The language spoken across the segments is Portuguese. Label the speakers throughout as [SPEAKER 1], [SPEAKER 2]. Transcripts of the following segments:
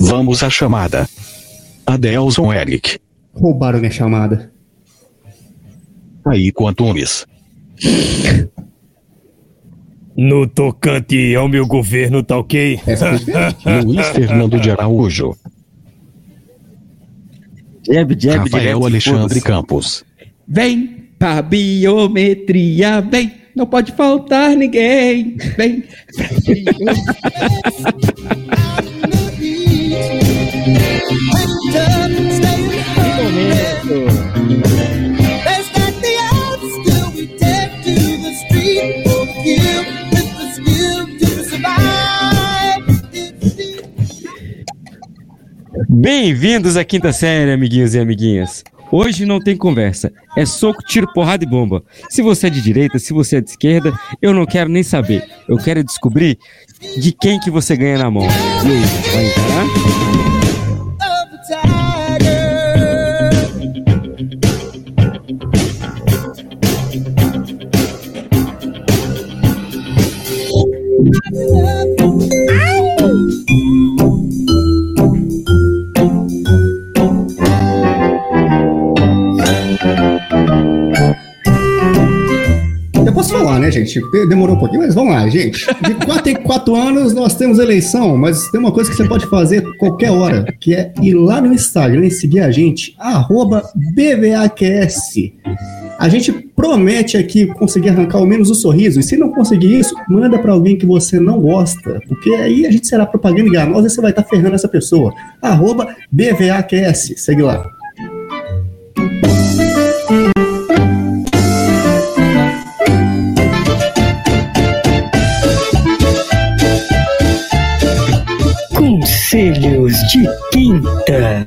[SPEAKER 1] Vamos à chamada. Adelson Eric.
[SPEAKER 2] Roubaram minha chamada.
[SPEAKER 1] Aí com Antunes.
[SPEAKER 3] No tocante ao meu governo, tá ok?
[SPEAKER 1] Luiz Fernando de Araújo.
[SPEAKER 4] Jeb, jeb,
[SPEAKER 1] Rafael
[SPEAKER 4] direto,
[SPEAKER 1] Alexandre
[SPEAKER 4] foda-se.
[SPEAKER 1] Campos.
[SPEAKER 5] Vem pra biometria, vem. Não pode faltar ninguém. Vem pra biometria.
[SPEAKER 4] Bem-vindos à quinta série, amiguinhos e amiguinhas. Hoje não tem conversa, é soco, tiro, porrada e bomba. Se você é de direita, se você é de esquerda, eu não quero nem saber. Eu quero descobrir de quem que você ganha na mão. E aí, vai encarar?
[SPEAKER 2] Eu posso falar, né, gente? Porque Demorou um pouquinho, mas vamos lá, gente. De 4 em 4 anos nós temos eleição, mas tem uma coisa que você pode fazer qualquer hora, que é ir lá no Instagram e seguir a gente, arroba BVAQS. A gente promete aqui conseguir arrancar ao menos o sorriso, e se não conseguir isso, manda pra alguém que você não gosta, porque aí a gente será propaganda enganosa e você vai estar ferrando essa pessoa. Arroba BVAQS, segue lá.
[SPEAKER 6] Conselhos de Quinta.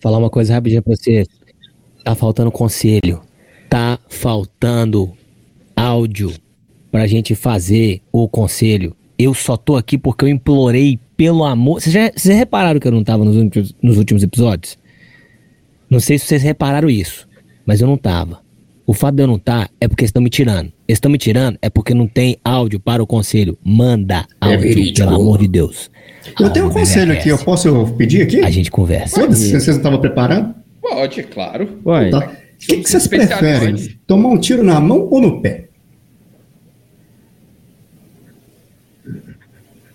[SPEAKER 7] falar uma coisa rapidinha pra vocês. Tá faltando conselho. Tá faltando áudio pra gente fazer o conselho. Eu só tô aqui porque eu implorei pelo amor. Vocês já, vocês repararam que eu não tava nos últimos, nos últimos episódios? Não sei se vocês repararam isso, mas eu não tava. O fato de eu não estar é porque estão me tirando. Eles estão me tirando é porque não tem áudio para o conselho. Manda áudio,
[SPEAKER 6] verídico.
[SPEAKER 7] pelo amor de Deus.
[SPEAKER 2] É
[SPEAKER 7] Ah,
[SPEAKER 2] Eu tenho um conselho aqui, eu posso pedir aqui?
[SPEAKER 7] A gente conversa.
[SPEAKER 2] Foda-se, vocês não estavam preparados?
[SPEAKER 5] Pode, claro.
[SPEAKER 4] Uai,
[SPEAKER 2] Tá. O que, que vocês
[SPEAKER 5] Especialidade.
[SPEAKER 2] preferem? Tomar um tiro na mão ou no pé?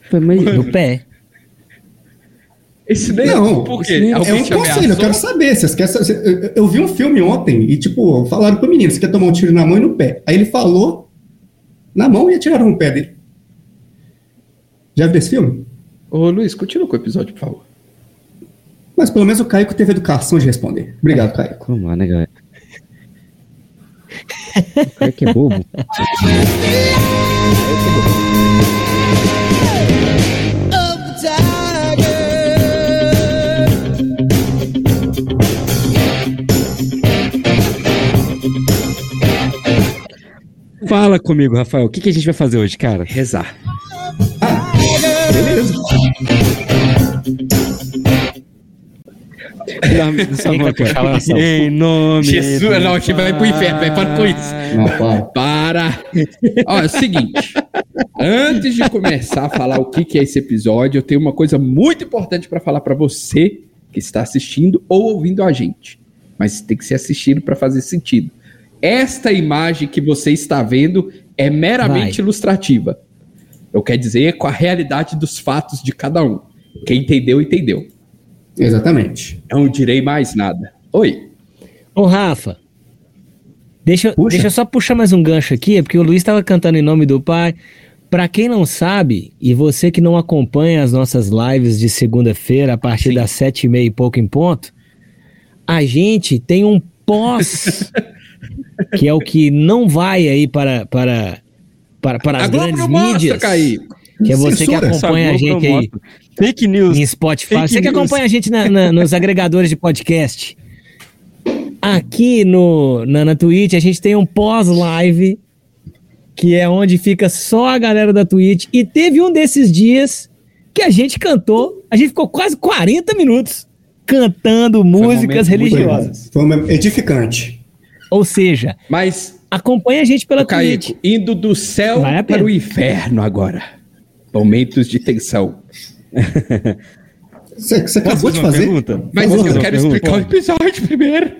[SPEAKER 8] Foi mais...
[SPEAKER 7] No pé.
[SPEAKER 5] Isso daí
[SPEAKER 2] Não,
[SPEAKER 5] por
[SPEAKER 8] isso
[SPEAKER 5] quê?
[SPEAKER 8] nem-
[SPEAKER 2] É
[SPEAKER 5] Alguém
[SPEAKER 2] um
[SPEAKER 5] te
[SPEAKER 2] conselho, eu
[SPEAKER 5] ameaçou?
[SPEAKER 2] quero saber. Vocês querem saber? Eu- Eu vi um filme ontem e, tipo, falaram pro menino: você quer tomar um tiro na mão e no pé. Aí ele falou na mão e atiraram no pé dele. Já viu esse filme?
[SPEAKER 8] Ô, Luiz, continua com o episódio, por favor.
[SPEAKER 2] Mas pelo menos o Caico teve educação de responder. Obrigado, Caico.
[SPEAKER 4] como é, né, galera? O cara que é bobo.
[SPEAKER 7] Fala comigo, Rafael. O que, que a gente vai fazer hoje, cara?
[SPEAKER 8] Rezar.
[SPEAKER 2] Beleza.
[SPEAKER 7] Da sua boca. Em nome
[SPEAKER 8] Jesus, não, a gente vai pro inferno, velho, para com isso.
[SPEAKER 2] Não, para.
[SPEAKER 8] Para! Ó, é o seguinte. antes de começar a falar o que, que é esse episódio, eu tenho uma coisa muito importante para falar para você que está assistindo ou ouvindo a gente. Mas tem que ser assistido para fazer sentido. Esta imagem que você está vendo é meramente
[SPEAKER 7] Vai.
[SPEAKER 8] ilustrativa. Eu quero dizer é com a realidade dos fatos de cada um. Quem entendeu, entendeu.
[SPEAKER 2] Exatamente.
[SPEAKER 8] Não direi mais nada. Oi.
[SPEAKER 7] Ô, Rafa. Deixa, eu-
[SPEAKER 2] Puxa.
[SPEAKER 7] deixa eu só puxar mais um gancho aqui, é porque o Luiz estava cantando em nome do Pai. Pra quem não sabe, e você que não acompanha as nossas lives de segunda-feira, a partir das sete e meia e pouco em ponto, a gente tem um pós, que é o que não vai aí para, para, para, para as grandes mídias.
[SPEAKER 8] Caí.
[SPEAKER 7] Que é você
[SPEAKER 2] Censura.
[SPEAKER 7] que acompanha a
[SPEAKER 4] Essa Globo
[SPEAKER 7] gente aí
[SPEAKER 4] promota. Fake news.
[SPEAKER 7] em Spotify.
[SPEAKER 4] Fake
[SPEAKER 7] Você que
[SPEAKER 4] news.
[SPEAKER 7] acompanha a gente na- na- nos agregadores de podcast. Aqui no, na, na Twitch, a gente tem um pós-live, que é onde fica só a galera da Twitch. E teve um desses dias que a gente cantou, a gente ficou quase 40 minutos cantando músicas
[SPEAKER 8] momento muito
[SPEAKER 7] religiosas.
[SPEAKER 2] Foi uma- edificante.
[SPEAKER 7] Ou seja,
[SPEAKER 8] Mas,
[SPEAKER 7] acompanha a gente pela
[SPEAKER 8] ô, Kaique, indo do céu
[SPEAKER 7] Vale a
[SPEAKER 8] para
[SPEAKER 7] pena.
[SPEAKER 8] o inferno agora. Momentos de tensão.
[SPEAKER 2] Você você
[SPEAKER 9] Posso
[SPEAKER 2] acabou de
[SPEAKER 9] uma
[SPEAKER 2] fazer?
[SPEAKER 9] pergunta?
[SPEAKER 8] Mas assim,
[SPEAKER 9] Posso
[SPEAKER 8] eu
[SPEAKER 9] fazer uma
[SPEAKER 8] quero
[SPEAKER 9] pergunta?
[SPEAKER 8] explicar o episódio primeiro.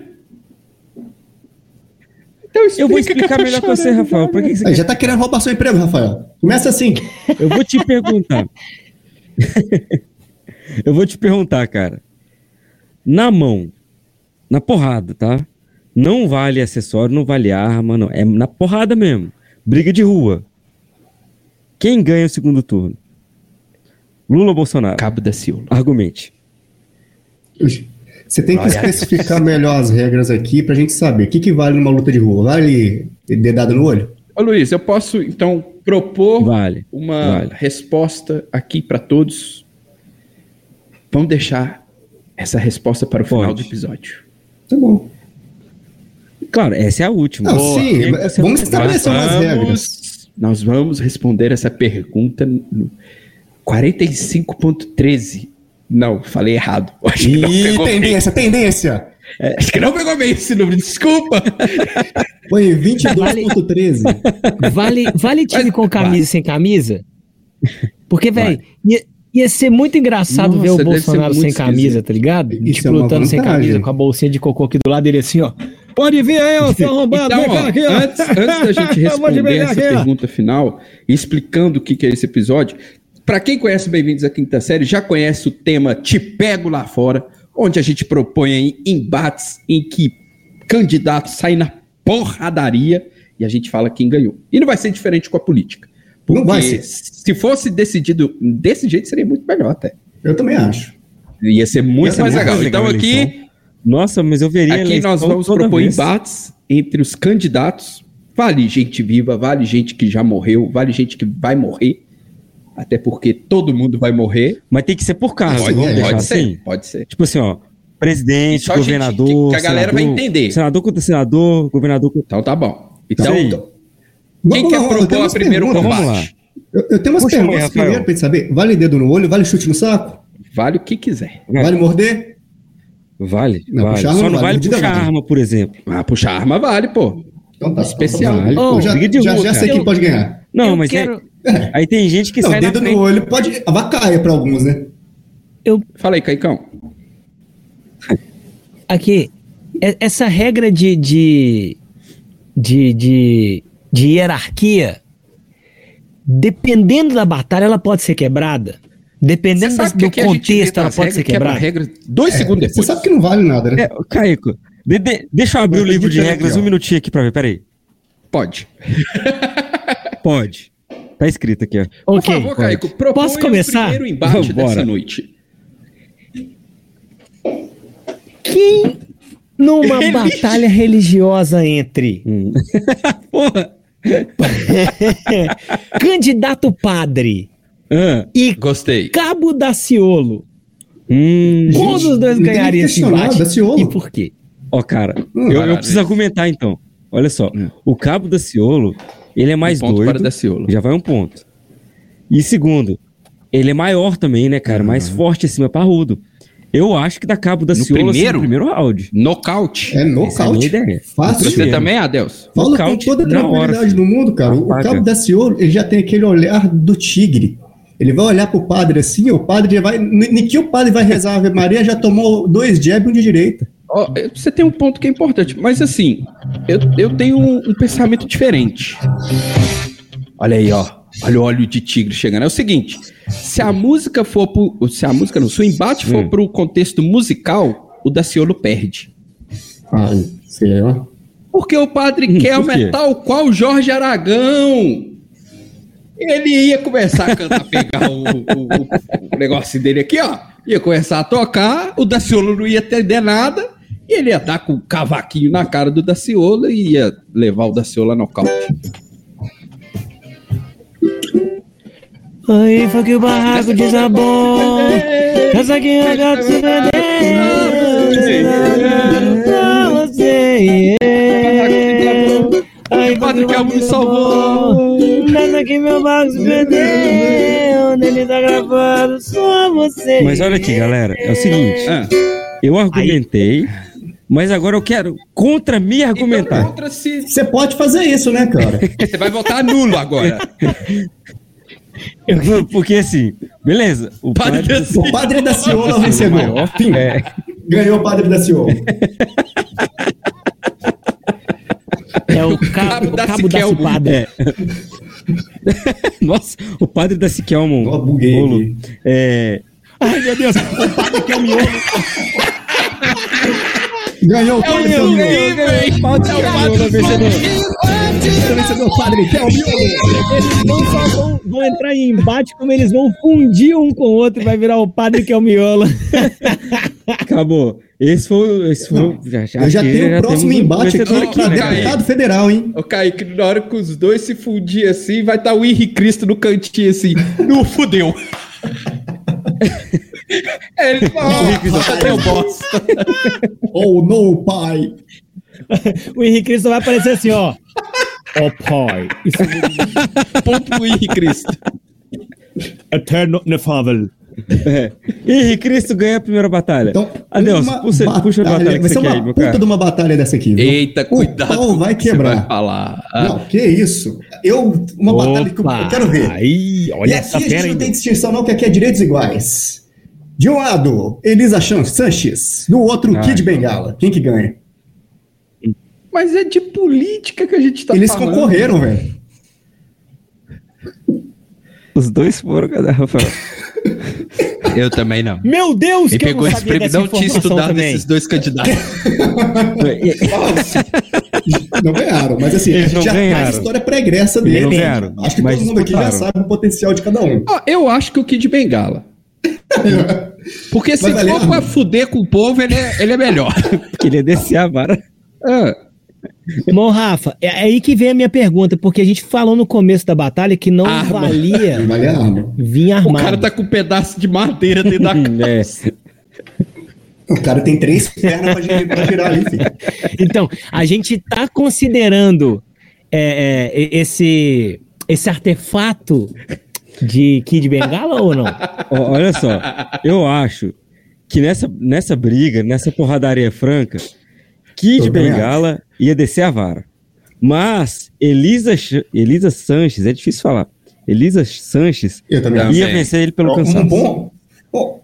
[SPEAKER 8] Então explica
[SPEAKER 9] Eu vou
[SPEAKER 8] que
[SPEAKER 9] explicar
[SPEAKER 8] tô
[SPEAKER 9] melhor pra você,
[SPEAKER 8] chorando,
[SPEAKER 9] Rafael. Por que que você
[SPEAKER 2] Aí, já tá querendo roubar seu emprego, Rafael. Começa assim.
[SPEAKER 9] Eu vou te perguntar. eu vou te perguntar, cara. Na mão, na porrada, tá? Não vale acessório, não vale arma, não. É na porrada mesmo. Briga de rua. Quem ganha o segundo turno? Lula ou Bolsonaro?
[SPEAKER 8] Cabo da Ciúla.
[SPEAKER 9] Argumente.
[SPEAKER 2] Você tem que especificar melhor as regras aqui pra gente saber o que, que vale numa luta de rua. Vale dedada no olho?
[SPEAKER 8] Ô Luiz, eu posso então propor
[SPEAKER 9] Vale.
[SPEAKER 8] uma
[SPEAKER 9] Vale.
[SPEAKER 8] resposta aqui para todos? Vamos deixar essa resposta para o final
[SPEAKER 9] Pode.
[SPEAKER 8] do episódio.
[SPEAKER 2] Tá bom.
[SPEAKER 9] Claro, essa é a última.
[SPEAKER 2] Não,
[SPEAKER 9] Boa.
[SPEAKER 2] sim,
[SPEAKER 9] Quem é que
[SPEAKER 2] mas
[SPEAKER 9] você
[SPEAKER 2] vamos
[SPEAKER 9] vai-
[SPEAKER 2] estabelecer umas regras.
[SPEAKER 8] Nós vamos responder essa pergunta no 45.13. Não, falei errado. Acho que não
[SPEAKER 2] Ih,
[SPEAKER 8] pegou bem.
[SPEAKER 2] tendência, tendência.
[SPEAKER 8] Acho que não pegou bem esse número, desculpa.
[SPEAKER 2] Foi 22.13.
[SPEAKER 7] Vale, vale time
[SPEAKER 8] Mas-
[SPEAKER 7] com camisa e sem camisa? Porque, velho, ia, ia ser muito engraçado
[SPEAKER 8] Nossa,
[SPEAKER 7] ver o
[SPEAKER 8] deve
[SPEAKER 7] Bolsonaro
[SPEAKER 8] ser
[SPEAKER 7] sem
[SPEAKER 8] muito
[SPEAKER 7] camisa,
[SPEAKER 8] esquisito.
[SPEAKER 7] tá ligado?
[SPEAKER 2] Isso
[SPEAKER 7] Tipo,
[SPEAKER 2] é uma
[SPEAKER 7] lutando sem
[SPEAKER 2] vantagem.
[SPEAKER 7] camisa, com a bolsinha de cocô aqui do lado, ele assim, ó. Pode vir aí, ó, seu arrombado,
[SPEAKER 8] Então,
[SPEAKER 7] vem
[SPEAKER 8] ó,
[SPEAKER 7] cá aqui, ó.
[SPEAKER 8] antes, antes da gente
[SPEAKER 7] Eu vou te
[SPEAKER 8] responder
[SPEAKER 7] pegar
[SPEAKER 8] essa
[SPEAKER 7] aqui, ó.
[SPEAKER 8] pergunta final, explicando o que, que é esse episódio, para quem conhece o Bem-vindos à Quinta Série, já conhece o tema Te Pego Lá Fora, onde a gente propõe aí embates em que candidatos saem na porradaria e a gente fala quem ganhou. E não vai ser diferente com a política.
[SPEAKER 2] Não vai
[SPEAKER 8] porque
[SPEAKER 2] ser.
[SPEAKER 8] Se fosse decidido desse jeito, seria muito melhor até.
[SPEAKER 2] Eu também acho.
[SPEAKER 8] Ia ser muito
[SPEAKER 9] Ia ser
[SPEAKER 8] mais
[SPEAKER 9] muito
[SPEAKER 8] legal.
[SPEAKER 9] legal
[SPEAKER 8] Então
[SPEAKER 9] a
[SPEAKER 8] aqui...
[SPEAKER 9] eleição. Nossa, mas eu veria.
[SPEAKER 8] Aqui
[SPEAKER 9] eleição
[SPEAKER 8] nós vamos
[SPEAKER 9] toda
[SPEAKER 8] propor
[SPEAKER 9] vez.
[SPEAKER 8] embates entre os candidatos. Vale gente viva, vale gente que já morreu, vale gente que vai morrer. Até porque todo mundo vai morrer.
[SPEAKER 9] Mas tem que ser por cargo.
[SPEAKER 2] Pode-
[SPEAKER 7] É,
[SPEAKER 9] vamos
[SPEAKER 2] pode
[SPEAKER 9] deixar
[SPEAKER 8] ser,
[SPEAKER 9] assim?
[SPEAKER 8] pode ser.
[SPEAKER 9] Tipo assim, ó. Presidente,
[SPEAKER 8] Só gente
[SPEAKER 9] governador.
[SPEAKER 8] que- que a galera vai
[SPEAKER 9] senador,
[SPEAKER 8] entender.
[SPEAKER 9] Senador contra senador, governador
[SPEAKER 7] é-
[SPEAKER 9] contra.
[SPEAKER 8] Então tá bom. Então,
[SPEAKER 9] Sim.
[SPEAKER 8] então, quem quer
[SPEAKER 2] eu tenho
[SPEAKER 8] propor
[SPEAKER 2] umas
[SPEAKER 8] o primeiro
[SPEAKER 2] perguntas.
[SPEAKER 9] vamos
[SPEAKER 8] combate?
[SPEAKER 2] Eu, eu tenho umas
[SPEAKER 9] Puxa,
[SPEAKER 2] perguntas
[SPEAKER 9] Rafael.
[SPEAKER 2] primeiro pra gente saber. Vale dedo no olho? Vale chute no saco?
[SPEAKER 8] Vale o que quiser.
[SPEAKER 9] É.
[SPEAKER 2] Vale morder?
[SPEAKER 9] Vale,
[SPEAKER 2] Não,
[SPEAKER 9] vale.
[SPEAKER 2] puxar arma
[SPEAKER 9] Só
[SPEAKER 2] não
[SPEAKER 9] não
[SPEAKER 2] vale,
[SPEAKER 9] vale
[SPEAKER 2] medida
[SPEAKER 9] puxar
[SPEAKER 2] vale.
[SPEAKER 9] arma, por exemplo.
[SPEAKER 8] Ah, puxar arma vale, pô.
[SPEAKER 2] Então tá.
[SPEAKER 8] Especial.
[SPEAKER 2] Vale.
[SPEAKER 7] Ô,
[SPEAKER 2] Pô, já
[SPEAKER 9] briga de
[SPEAKER 2] já-
[SPEAKER 9] rua,
[SPEAKER 2] já sei
[SPEAKER 7] cara.
[SPEAKER 2] quem pode ganhar.
[SPEAKER 9] Não,
[SPEAKER 7] eu
[SPEAKER 9] mas é-
[SPEAKER 7] quero-
[SPEAKER 9] aí tem gente que
[SPEAKER 2] Não,
[SPEAKER 9] sai na
[SPEAKER 2] dedo
[SPEAKER 9] frente.
[SPEAKER 2] no olho pode... Avacaia pra alguns, né?
[SPEAKER 8] Fala aí, Caicão.
[SPEAKER 7] Aqui, é- essa regra de, de, de, de, de hierarquia, dependendo da batalha, ela pode ser quebrada. Dependendo
[SPEAKER 8] Você
[SPEAKER 7] da-
[SPEAKER 8] sabe
[SPEAKER 7] do
[SPEAKER 8] que é aqui a gente
[SPEAKER 7] contexto,
[SPEAKER 8] inventa
[SPEAKER 7] ela
[SPEAKER 8] as
[SPEAKER 7] pode
[SPEAKER 8] regras
[SPEAKER 7] ser
[SPEAKER 8] e quebra a
[SPEAKER 7] quebrada.
[SPEAKER 8] regra dois
[SPEAKER 9] Um
[SPEAKER 8] segundos
[SPEAKER 2] É, Você
[SPEAKER 8] depois.
[SPEAKER 2] sabe que não vale nada, né?
[SPEAKER 9] É, Caico, de- de- deixa eu abrir
[SPEAKER 2] Eu
[SPEAKER 9] o livro de
[SPEAKER 2] acredito
[SPEAKER 9] regras
[SPEAKER 2] aqui, ó.
[SPEAKER 9] um minutinho aqui pra ver. Peraí.
[SPEAKER 8] Pode.
[SPEAKER 9] Pode. Tá escrito aqui, ó.
[SPEAKER 7] Ok.
[SPEAKER 8] Por favor, Caico, propõe
[SPEAKER 7] Posso começar?
[SPEAKER 8] o primeiro embate
[SPEAKER 9] Vambora.
[SPEAKER 8] dessa noite.
[SPEAKER 7] Quem numa batalha religiosa entre
[SPEAKER 9] Porra!
[SPEAKER 7] candidato padre
[SPEAKER 9] Ah,
[SPEAKER 8] Hum.
[SPEAKER 7] e
[SPEAKER 8] Gostei.
[SPEAKER 7] cabo daciolo,
[SPEAKER 9] hum.
[SPEAKER 7] qual dos dois
[SPEAKER 2] não tem
[SPEAKER 7] ganharia
[SPEAKER 2] nem
[SPEAKER 7] esse
[SPEAKER 2] questionar,
[SPEAKER 7] embate?
[SPEAKER 2] Daciolo.
[SPEAKER 7] E por quê?
[SPEAKER 9] Ó, cara,
[SPEAKER 2] Hum,
[SPEAKER 9] eu, eu
[SPEAKER 8] maravilha.
[SPEAKER 9] preciso argumentar então. Olha só, o cabo da Ciolo, ele é mais
[SPEAKER 8] Um ponto
[SPEAKER 9] doido.
[SPEAKER 8] para Daciolo.
[SPEAKER 9] Já vai um ponto. E segundo, ele é maior também, né, cara? Mais forte assim, é parrudo. Eu acho que dá cabo da
[SPEAKER 8] No
[SPEAKER 9] Ciolo assim,
[SPEAKER 8] primeiro?
[SPEAKER 9] no primeiro round.
[SPEAKER 8] Nocaute.
[SPEAKER 2] É
[SPEAKER 9] Essa é a minha
[SPEAKER 2] nocaute.
[SPEAKER 9] ideia.
[SPEAKER 2] Fácil.
[SPEAKER 8] Você também, Adelso?
[SPEAKER 2] Fala com
[SPEAKER 9] tá Nocaute
[SPEAKER 2] toda a
[SPEAKER 9] na
[SPEAKER 2] tranquilidade
[SPEAKER 9] hora,
[SPEAKER 2] do mundo, cara. O
[SPEAKER 9] Apaga.
[SPEAKER 2] cabo Daciolo, ele já tem aquele olhar do tigre. Ele vai olhar pro padre assim, o padre já vai. Nem que o padre vai rezar a Ave Maria, já tomou dois jabs e um de direita.
[SPEAKER 8] Ó, eh, você tem um ponto que é importante, mas assim, eu, eu tenho um, um pensamento diferente. Olha aí, ó. Olha o óleo de tigre chegando. É o seguinte: se a música for pro. Se a música não, se o embate for
[SPEAKER 9] Hum.
[SPEAKER 8] pro contexto musical, o Daciolo perde.
[SPEAKER 2] Ah, sei lá.
[SPEAKER 8] Porque o padre
[SPEAKER 9] Hum, por quê?
[SPEAKER 8] Kelmer, tal qual Jorge Aragão. Ele ia começar a cantar, pegar o, o- o- o negócio dele aqui, ó. Ia começar a tocar, o Daciolo não ia entender nada, e ele ia dar com o cavaquinho na cara do Daciolo e ia levar o Daciolo a nocaute.
[SPEAKER 7] Aí foi que o barraco desabou. Essa aqui é a gata se vendeu. Pra você e eu. Aí
[SPEAKER 8] O padre Calmo me salvou.
[SPEAKER 7] Nada que meu barco se perdeu. Nele tá gravando só você.
[SPEAKER 9] Mas olha aqui, galera. É o seguinte.
[SPEAKER 8] Ah,
[SPEAKER 9] Eu argumentei, mas agora eu quero contra me
[SPEAKER 8] então,
[SPEAKER 9] argumentar.
[SPEAKER 8] contra se...
[SPEAKER 2] Você pode fazer isso, né, cara?
[SPEAKER 8] Você vai votar nulo agora.
[SPEAKER 9] Eu- porque assim, beleza. O
[SPEAKER 8] Padre
[SPEAKER 9] padre,
[SPEAKER 8] Daciolo.
[SPEAKER 2] O padre da Ciola vencedor. Fim. Ganhou o padre da Ciola.
[SPEAKER 4] É o cabo,
[SPEAKER 8] Cabo
[SPEAKER 4] o
[SPEAKER 8] da
[SPEAKER 4] cabo da
[SPEAKER 8] Siquelmo.
[SPEAKER 4] cipada.
[SPEAKER 9] É. Nossa, o padre da Siquelmo.
[SPEAKER 2] Ó, buguei
[SPEAKER 9] Bolo.
[SPEAKER 2] aqui.
[SPEAKER 9] É. Ai, meu Deus, o padre que é o miolo.
[SPEAKER 2] Ganhou o
[SPEAKER 9] É
[SPEAKER 2] padre da Ciola.
[SPEAKER 8] hein?
[SPEAKER 9] Padre que é o miolo, vencedor.
[SPEAKER 2] Vencedor padre é Kelmiolo.
[SPEAKER 7] Eles não só vão, vão entrar em embate, como eles vão fundir um com o outro e vai virar o padre que é o miola.
[SPEAKER 9] Acabou. Esse foi, esse foi
[SPEAKER 2] Não,
[SPEAKER 9] já, já,
[SPEAKER 2] Eu já
[SPEAKER 9] acho que
[SPEAKER 2] tenho o próximo
[SPEAKER 9] temos um
[SPEAKER 2] embate aqui
[SPEAKER 9] vencedor
[SPEAKER 2] pra
[SPEAKER 9] né,
[SPEAKER 8] cara?
[SPEAKER 2] deputado federal, hein?
[SPEAKER 8] Ô, Kaique, na hora que os dois se fundir assim, vai estar o Henri Cristo no cantinho assim. Não fudeu. É, ele fala,
[SPEAKER 9] Henri Cristo.
[SPEAKER 8] "Ah, meu bosta.
[SPEAKER 2] Oh, no, pai.
[SPEAKER 7] O Henrique Cristo vai aparecer assim, ó. Ó pai, isso
[SPEAKER 8] Ponto pro Henri Cristo.
[SPEAKER 7] é eterno inefável.
[SPEAKER 9] cara? É. Henrique Cristo ganha a primeira batalha.
[SPEAKER 2] Então,
[SPEAKER 9] Adeus,
[SPEAKER 2] uma
[SPEAKER 9] puxa, puxa a batalha que
[SPEAKER 2] Vai ser
[SPEAKER 9] você quer aí,
[SPEAKER 2] uma
[SPEAKER 9] meu
[SPEAKER 2] puta
[SPEAKER 9] cara.
[SPEAKER 2] de uma batalha dessa aqui. viu?
[SPEAKER 8] Eita, cuidado.
[SPEAKER 2] O pau vai
[SPEAKER 8] com o que você
[SPEAKER 2] quebrar.
[SPEAKER 8] vai falar.
[SPEAKER 2] Não, que isso? Eu, uma batalha que eu, eu quero ver.
[SPEAKER 7] Ah, Aí, olha
[SPEAKER 2] e aqui
[SPEAKER 7] essa
[SPEAKER 2] a gente
[SPEAKER 7] fera
[SPEAKER 2] não
[SPEAKER 7] ainda.
[SPEAKER 2] tem distinção, não, que aqui é direitos iguais. De um lado, Elisa Chan- Sanches. Do outro,
[SPEAKER 9] Ai.
[SPEAKER 2] Kid Bengala.
[SPEAKER 9] tá.
[SPEAKER 2] Quem que ganha?
[SPEAKER 8] Mas é de política que a gente tá
[SPEAKER 2] Eles
[SPEAKER 8] falando.
[SPEAKER 2] concorreram, velho.
[SPEAKER 9] Os dois foram, cadê, Rafael?
[SPEAKER 8] Eu também não.
[SPEAKER 7] Meu Deus,
[SPEAKER 8] Me
[SPEAKER 7] que eu não
[SPEAKER 8] pegou esse
[SPEAKER 7] sabia
[SPEAKER 8] prêmio,
[SPEAKER 7] dessa
[SPEAKER 8] não tinha
[SPEAKER 7] informação
[SPEAKER 8] estudado
[SPEAKER 7] também.
[SPEAKER 8] esses dois candidatos.
[SPEAKER 2] Não ganharam, mas assim,
[SPEAKER 9] Eles
[SPEAKER 2] a gente
[SPEAKER 9] não
[SPEAKER 2] já
[SPEAKER 9] ganharam.
[SPEAKER 2] faz a história pregressa
[SPEAKER 9] Eles não
[SPEAKER 2] dele. hein?
[SPEAKER 9] ganharam,
[SPEAKER 2] Acho que
[SPEAKER 9] mas
[SPEAKER 2] todo mundo aqui já
[SPEAKER 9] disputaram.
[SPEAKER 2] sabe o potencial de cada um.
[SPEAKER 8] Ó, eu acho que o Kid Bengala. Porque se
[SPEAKER 2] Mas,
[SPEAKER 8] for
[SPEAKER 2] aliás-
[SPEAKER 8] pra fuder com o povo, ele é, ele é melhor.
[SPEAKER 9] Queria descer a vara.
[SPEAKER 8] Ah,
[SPEAKER 7] Irmão Rafa, é aí que vem a minha pergunta, porque a gente falou no começo da batalha que não
[SPEAKER 8] Arma.
[SPEAKER 7] valia
[SPEAKER 2] Vale a arma.
[SPEAKER 7] vir
[SPEAKER 8] o
[SPEAKER 7] armado.
[SPEAKER 8] cara tá com um pedaço de madeira dentro da cara.
[SPEAKER 9] É.
[SPEAKER 2] O cara tem três pernas pra gi- pra girar ali, filho.
[SPEAKER 7] Então, a gente tá considerando é, é, e- esse, esse artefato de Kid Bengala ou não?
[SPEAKER 9] Ó, Olha só, eu acho que nessa, nessa briga, nessa porradaria franca, Kid
[SPEAKER 2] Eu também
[SPEAKER 9] Bengala ia descer a vara. Mas Elisa, Ch- Elisa Sanches, é difícil falar. Elisa Sanches
[SPEAKER 2] Eu também
[SPEAKER 8] Não,
[SPEAKER 2] acho.
[SPEAKER 9] ia
[SPEAKER 8] Também.
[SPEAKER 9] vencer ele pelo
[SPEAKER 2] Ó,
[SPEAKER 9] Tá. é cansaço.
[SPEAKER 2] Um bom... Ó,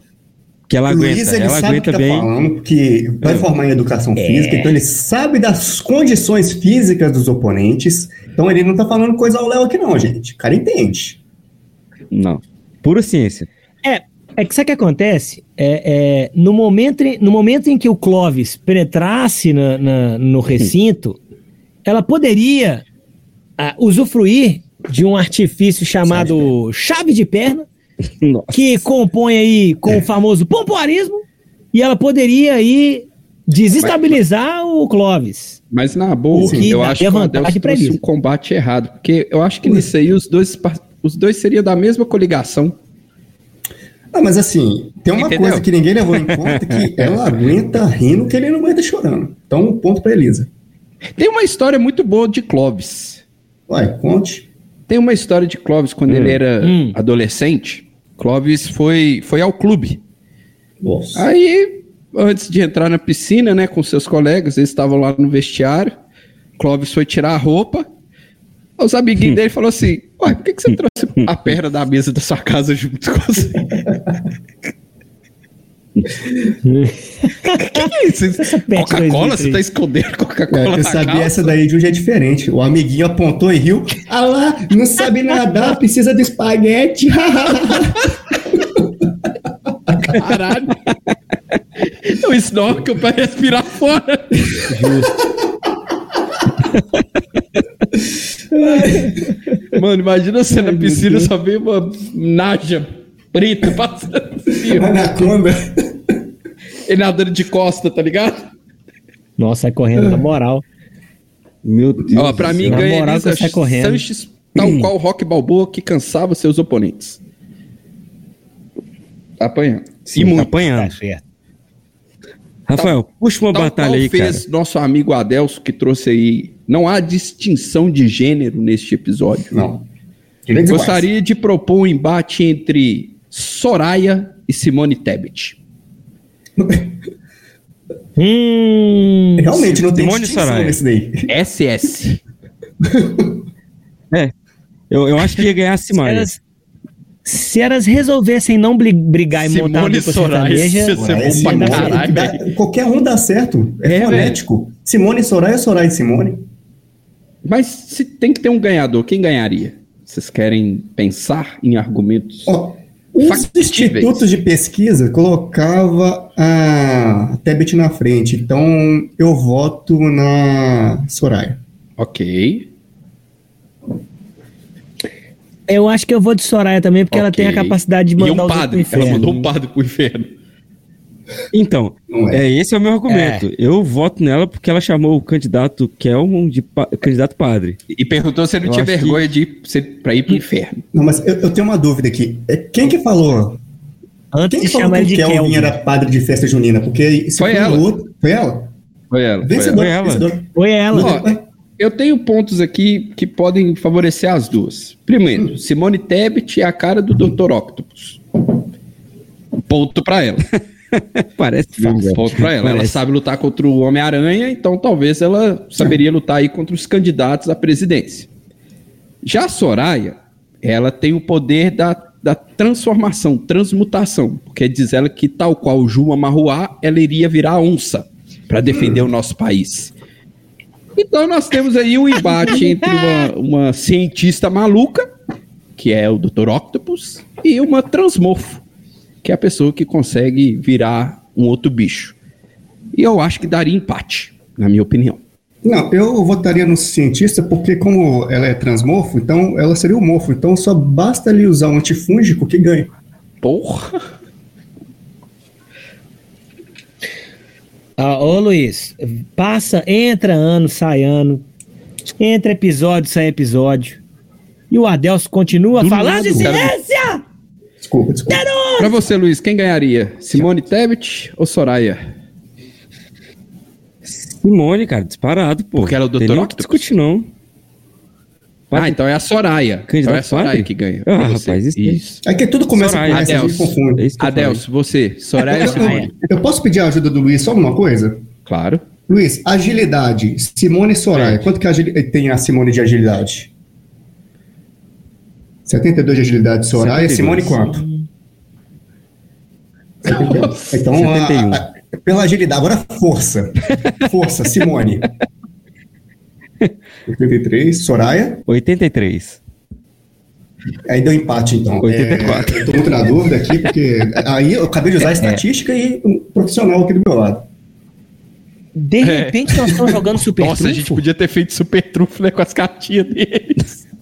[SPEAKER 9] Que ela
[SPEAKER 2] o Luiz,
[SPEAKER 9] aguenta,
[SPEAKER 2] ele
[SPEAKER 9] ela
[SPEAKER 2] sabe o que
[SPEAKER 9] aguenta
[SPEAKER 2] tá
[SPEAKER 9] bem. É.
[SPEAKER 2] falando, que vai formar em educação física, então ele sabe das condições físicas dos oponentes. Então ele não tá falando coisa ao Léo aqui não, gente. O cara entende.
[SPEAKER 9] Não. Pura ciência.
[SPEAKER 7] É que sabe o que acontece? É, é, no, momento, em- no momento em que o Clovis penetrasse na- na- no recinto, ela poderia ah, usufruir de um artifício chamado chave de perna, É.
[SPEAKER 9] Nossa.
[SPEAKER 7] que compõe aí com o famoso pompoarismo, e ela poderia aí desestabilizar o Clovis.
[SPEAKER 8] Mas na boa,
[SPEAKER 7] O que
[SPEAKER 8] eu
[SPEAKER 7] dá
[SPEAKER 8] acho que o
[SPEAKER 7] vantagem
[SPEAKER 8] Adeus
[SPEAKER 7] pra
[SPEAKER 8] trouxe
[SPEAKER 7] eles.
[SPEAKER 8] um combate errado. Porque eu acho que nisso aí os dois, par- os dois seriam da mesma coligação.
[SPEAKER 2] Ah, mas assim, tem uma
[SPEAKER 8] Entendeu? É.
[SPEAKER 2] coisa que ninguém levou em conta, que ela aguenta rindo que ele não aguenta chorando. Então um ponto pra Elisa.
[SPEAKER 8] Tem uma história muito boa de Clóvis.
[SPEAKER 2] Vai, conte.
[SPEAKER 8] Tem uma história de Clóvis quando ele era
[SPEAKER 7] Hum.
[SPEAKER 8] adolescente. Clóvis foi, foi ao clube.
[SPEAKER 2] Nossa.
[SPEAKER 8] Aí, antes de entrar na piscina, né, com seus colegas, eles estavam lá no vestiário. Clóvis foi tirar a roupa. Os amiguinhos dele falaram assim: Ué, por que, que você trouxe a perna da mesa da sua casa junto com você? que, que é isso?
[SPEAKER 7] pet 2003.
[SPEAKER 8] Coca-Cola? Você tá escondendo
[SPEAKER 2] É,
[SPEAKER 8] Coca-Cola?
[SPEAKER 2] eu
[SPEAKER 8] na
[SPEAKER 2] sabia
[SPEAKER 8] calça?
[SPEAKER 2] essa daí de um jeito diferente. O amiguinho apontou e riu. Ah lá, não sabe nadar, precisa de espaguete.
[SPEAKER 8] Caralho. É um snorkel pra respirar fora. Justo. Mano, imagina você na piscina só vê uma naja preta passando assim, ó.
[SPEAKER 2] Anaconda.
[SPEAKER 8] ele nadando de costa, tá ligado?
[SPEAKER 7] Nossa, sai correndo, na moral.
[SPEAKER 9] Meu Deus.
[SPEAKER 8] Ó, pra
[SPEAKER 9] do
[SPEAKER 8] mim
[SPEAKER 9] céu.
[SPEAKER 7] Na
[SPEAKER 8] ganha
[SPEAKER 7] moral que
[SPEAKER 8] Elisa
[SPEAKER 7] eu saio correndo.
[SPEAKER 8] Sanches, tal qual Rock Balboa, que cansava seus oponentes. Apanhando.
[SPEAKER 9] Sim, tá
[SPEAKER 7] É.
[SPEAKER 9] apanhando.
[SPEAKER 2] Tá
[SPEAKER 9] Rafael, puxa
[SPEAKER 2] um
[SPEAKER 9] uma
[SPEAKER 8] Tal
[SPEAKER 9] batalha
[SPEAKER 8] qual
[SPEAKER 9] aí, cara.
[SPEAKER 8] fez nosso amigo Adelso que trouxe aí. Não há distinção de gênero neste episódio.
[SPEAKER 2] Não. Direitos iguais.
[SPEAKER 8] Gostaria de propor um embate entre Soraya e Simone Tebet.
[SPEAKER 7] Hum.
[SPEAKER 2] Realmente, não tem
[SPEAKER 9] Simone Soraya.
[SPEAKER 2] nesse daí.
[SPEAKER 8] SS.
[SPEAKER 9] Eu, eu acho que ia ganhar a
[SPEAKER 7] Se
[SPEAKER 9] Simone.
[SPEAKER 7] elas, se elas resolvessem não bri- brigar e montar uma
[SPEAKER 8] Simone
[SPEAKER 7] dupla
[SPEAKER 8] Soraya. Isso
[SPEAKER 7] sertaneja,
[SPEAKER 8] ia ser
[SPEAKER 2] Ué,
[SPEAKER 8] bom
[SPEAKER 2] Simone,
[SPEAKER 8] pra caralho,
[SPEAKER 2] dá-
[SPEAKER 8] velho.
[SPEAKER 2] Qualquer um dá certo. É,
[SPEAKER 8] É,
[SPEAKER 2] fonético. Simone Soraya, Soraya e Simone.
[SPEAKER 8] Mas se tem que ter um ganhador, quem ganharia? Vocês querem pensar em argumentos?
[SPEAKER 2] Ó, os
[SPEAKER 8] Factíveis.
[SPEAKER 2] institutos de pesquisa colocava a Tebet na frente. Então, eu voto na Soraya.
[SPEAKER 8] Ok.
[SPEAKER 7] eu acho que eu vou de Soraya também, porque ela
[SPEAKER 8] Ok.
[SPEAKER 7] tem a capacidade de
[SPEAKER 8] E
[SPEAKER 7] mandar
[SPEAKER 8] um
[SPEAKER 7] os outros
[SPEAKER 8] padre.
[SPEAKER 7] pro
[SPEAKER 8] Ela
[SPEAKER 7] inferno.
[SPEAKER 8] mandou um padre pro inferno.
[SPEAKER 9] Então,
[SPEAKER 2] Não é.
[SPEAKER 9] é, esse é o meu argumento. Eu voto nela porque ela chamou o candidato Kelmon de pa- candidato padre.
[SPEAKER 8] E perguntou se ele
[SPEAKER 9] Eu
[SPEAKER 8] tinha
[SPEAKER 9] acho que-
[SPEAKER 8] vergonha de ir, se- pra ir pro inferno.
[SPEAKER 2] Não, mas eu, eu tenho uma dúvida aqui. É, Quem que falou?
[SPEAKER 7] Antes
[SPEAKER 2] Quem que
[SPEAKER 7] de
[SPEAKER 2] falou
[SPEAKER 7] chamar ele
[SPEAKER 2] que
[SPEAKER 7] de
[SPEAKER 2] o Kelvin
[SPEAKER 7] Kelvin.
[SPEAKER 2] era padre de festa junina? Porque se
[SPEAKER 8] Foi
[SPEAKER 2] for
[SPEAKER 8] ela.
[SPEAKER 2] outro- foi ela?
[SPEAKER 8] Foi ela. foi ela.
[SPEAKER 2] Vencedora.
[SPEAKER 9] Foi ela.
[SPEAKER 2] vencedora.
[SPEAKER 7] Foi ela.
[SPEAKER 8] Ó,
[SPEAKER 2] é,
[SPEAKER 8] eu tenho pontos aqui que podem favorecer as duas. Primeiro, Simone Tebet é a cara do Dr. Octopus. Ponto pra ela.
[SPEAKER 9] Parece
[SPEAKER 8] Viu,
[SPEAKER 9] fácil.
[SPEAKER 8] Ponto um pra ela. né? Ela
[SPEAKER 9] Parece.
[SPEAKER 8] sabe lutar contra o Homem-Aranha, então talvez ela saberia lutar aí contra os candidatos à presidência. Já a Soraya, ela tem o poder da, da transformação, transmutação, porque diz ela que, tal qual o Juma Marruá, ela iria virar onça para defender o nosso país. Então nós temos aí um embate entre uma, uma cientista maluca, que é o Dr. Octopus, e uma transmorfo, que é a pessoa que consegue virar um outro bicho. E eu acho que daria empate, na minha opinião.
[SPEAKER 2] Não, eu votaria no cientista porque como ela é transmorfo, então ela seria o morfo. Então só basta ele usar um antifúngico que ganha.
[SPEAKER 8] Porra!
[SPEAKER 7] Ah, ô Luiz, passa, entra ano, sai ano, entra episódio, sai episódio. E o Adelso continua
[SPEAKER 8] Do
[SPEAKER 7] falando de
[SPEAKER 8] nada, cara.
[SPEAKER 7] ciência!
[SPEAKER 2] Desculpa, desculpa.
[SPEAKER 8] Pra você, Luiz, quem ganharia? Simone Tebet ou Soraya?
[SPEAKER 9] Simone, cara, disparado, pô.
[SPEAKER 8] Porque ela é o
[SPEAKER 9] Tem
[SPEAKER 8] Dr.
[SPEAKER 9] nem o que
[SPEAKER 8] Octopus?
[SPEAKER 9] discutir, não.
[SPEAKER 8] Ah, então é a Soraya. Então
[SPEAKER 9] Candidato
[SPEAKER 8] é a Soraya
[SPEAKER 9] padre?
[SPEAKER 8] que ganha.
[SPEAKER 9] Ah,
[SPEAKER 8] pra você.
[SPEAKER 9] rapaz, isso-
[SPEAKER 2] É que tudo começa
[SPEAKER 9] Soraya,
[SPEAKER 2] com essa, a gente
[SPEAKER 8] Adeus.
[SPEAKER 2] confunde.
[SPEAKER 9] É isso que eu
[SPEAKER 8] Adelso, você. Soraya ou Simone?
[SPEAKER 2] Eu- Eu posso pedir a ajuda do Luiz só numa coisa?
[SPEAKER 8] Claro.
[SPEAKER 2] Luiz, agilidade. Simone Soraya. Quanto que a agili- eh, tem a Simone de agilidade? 72 de agilidade Soraya.
[SPEAKER 9] 72.
[SPEAKER 2] Simone quanto? 72. Então, a-
[SPEAKER 9] 71.
[SPEAKER 2] a- pela agilidade. Agora, força. Força, Simone. 83, Soraya.
[SPEAKER 9] falei. 83.
[SPEAKER 2] Aí deu empate, então.
[SPEAKER 9] 84.
[SPEAKER 2] É, eu tô muito na dúvida aqui, porque aí eu acabei de usar a estatística e um profissional aqui do meu lado.
[SPEAKER 7] De repente nós estamos jogando super
[SPEAKER 8] É. Nossa, a gente
[SPEAKER 7] trunfo?
[SPEAKER 8] podia ter feito super trufo né, com as cartinhas dele.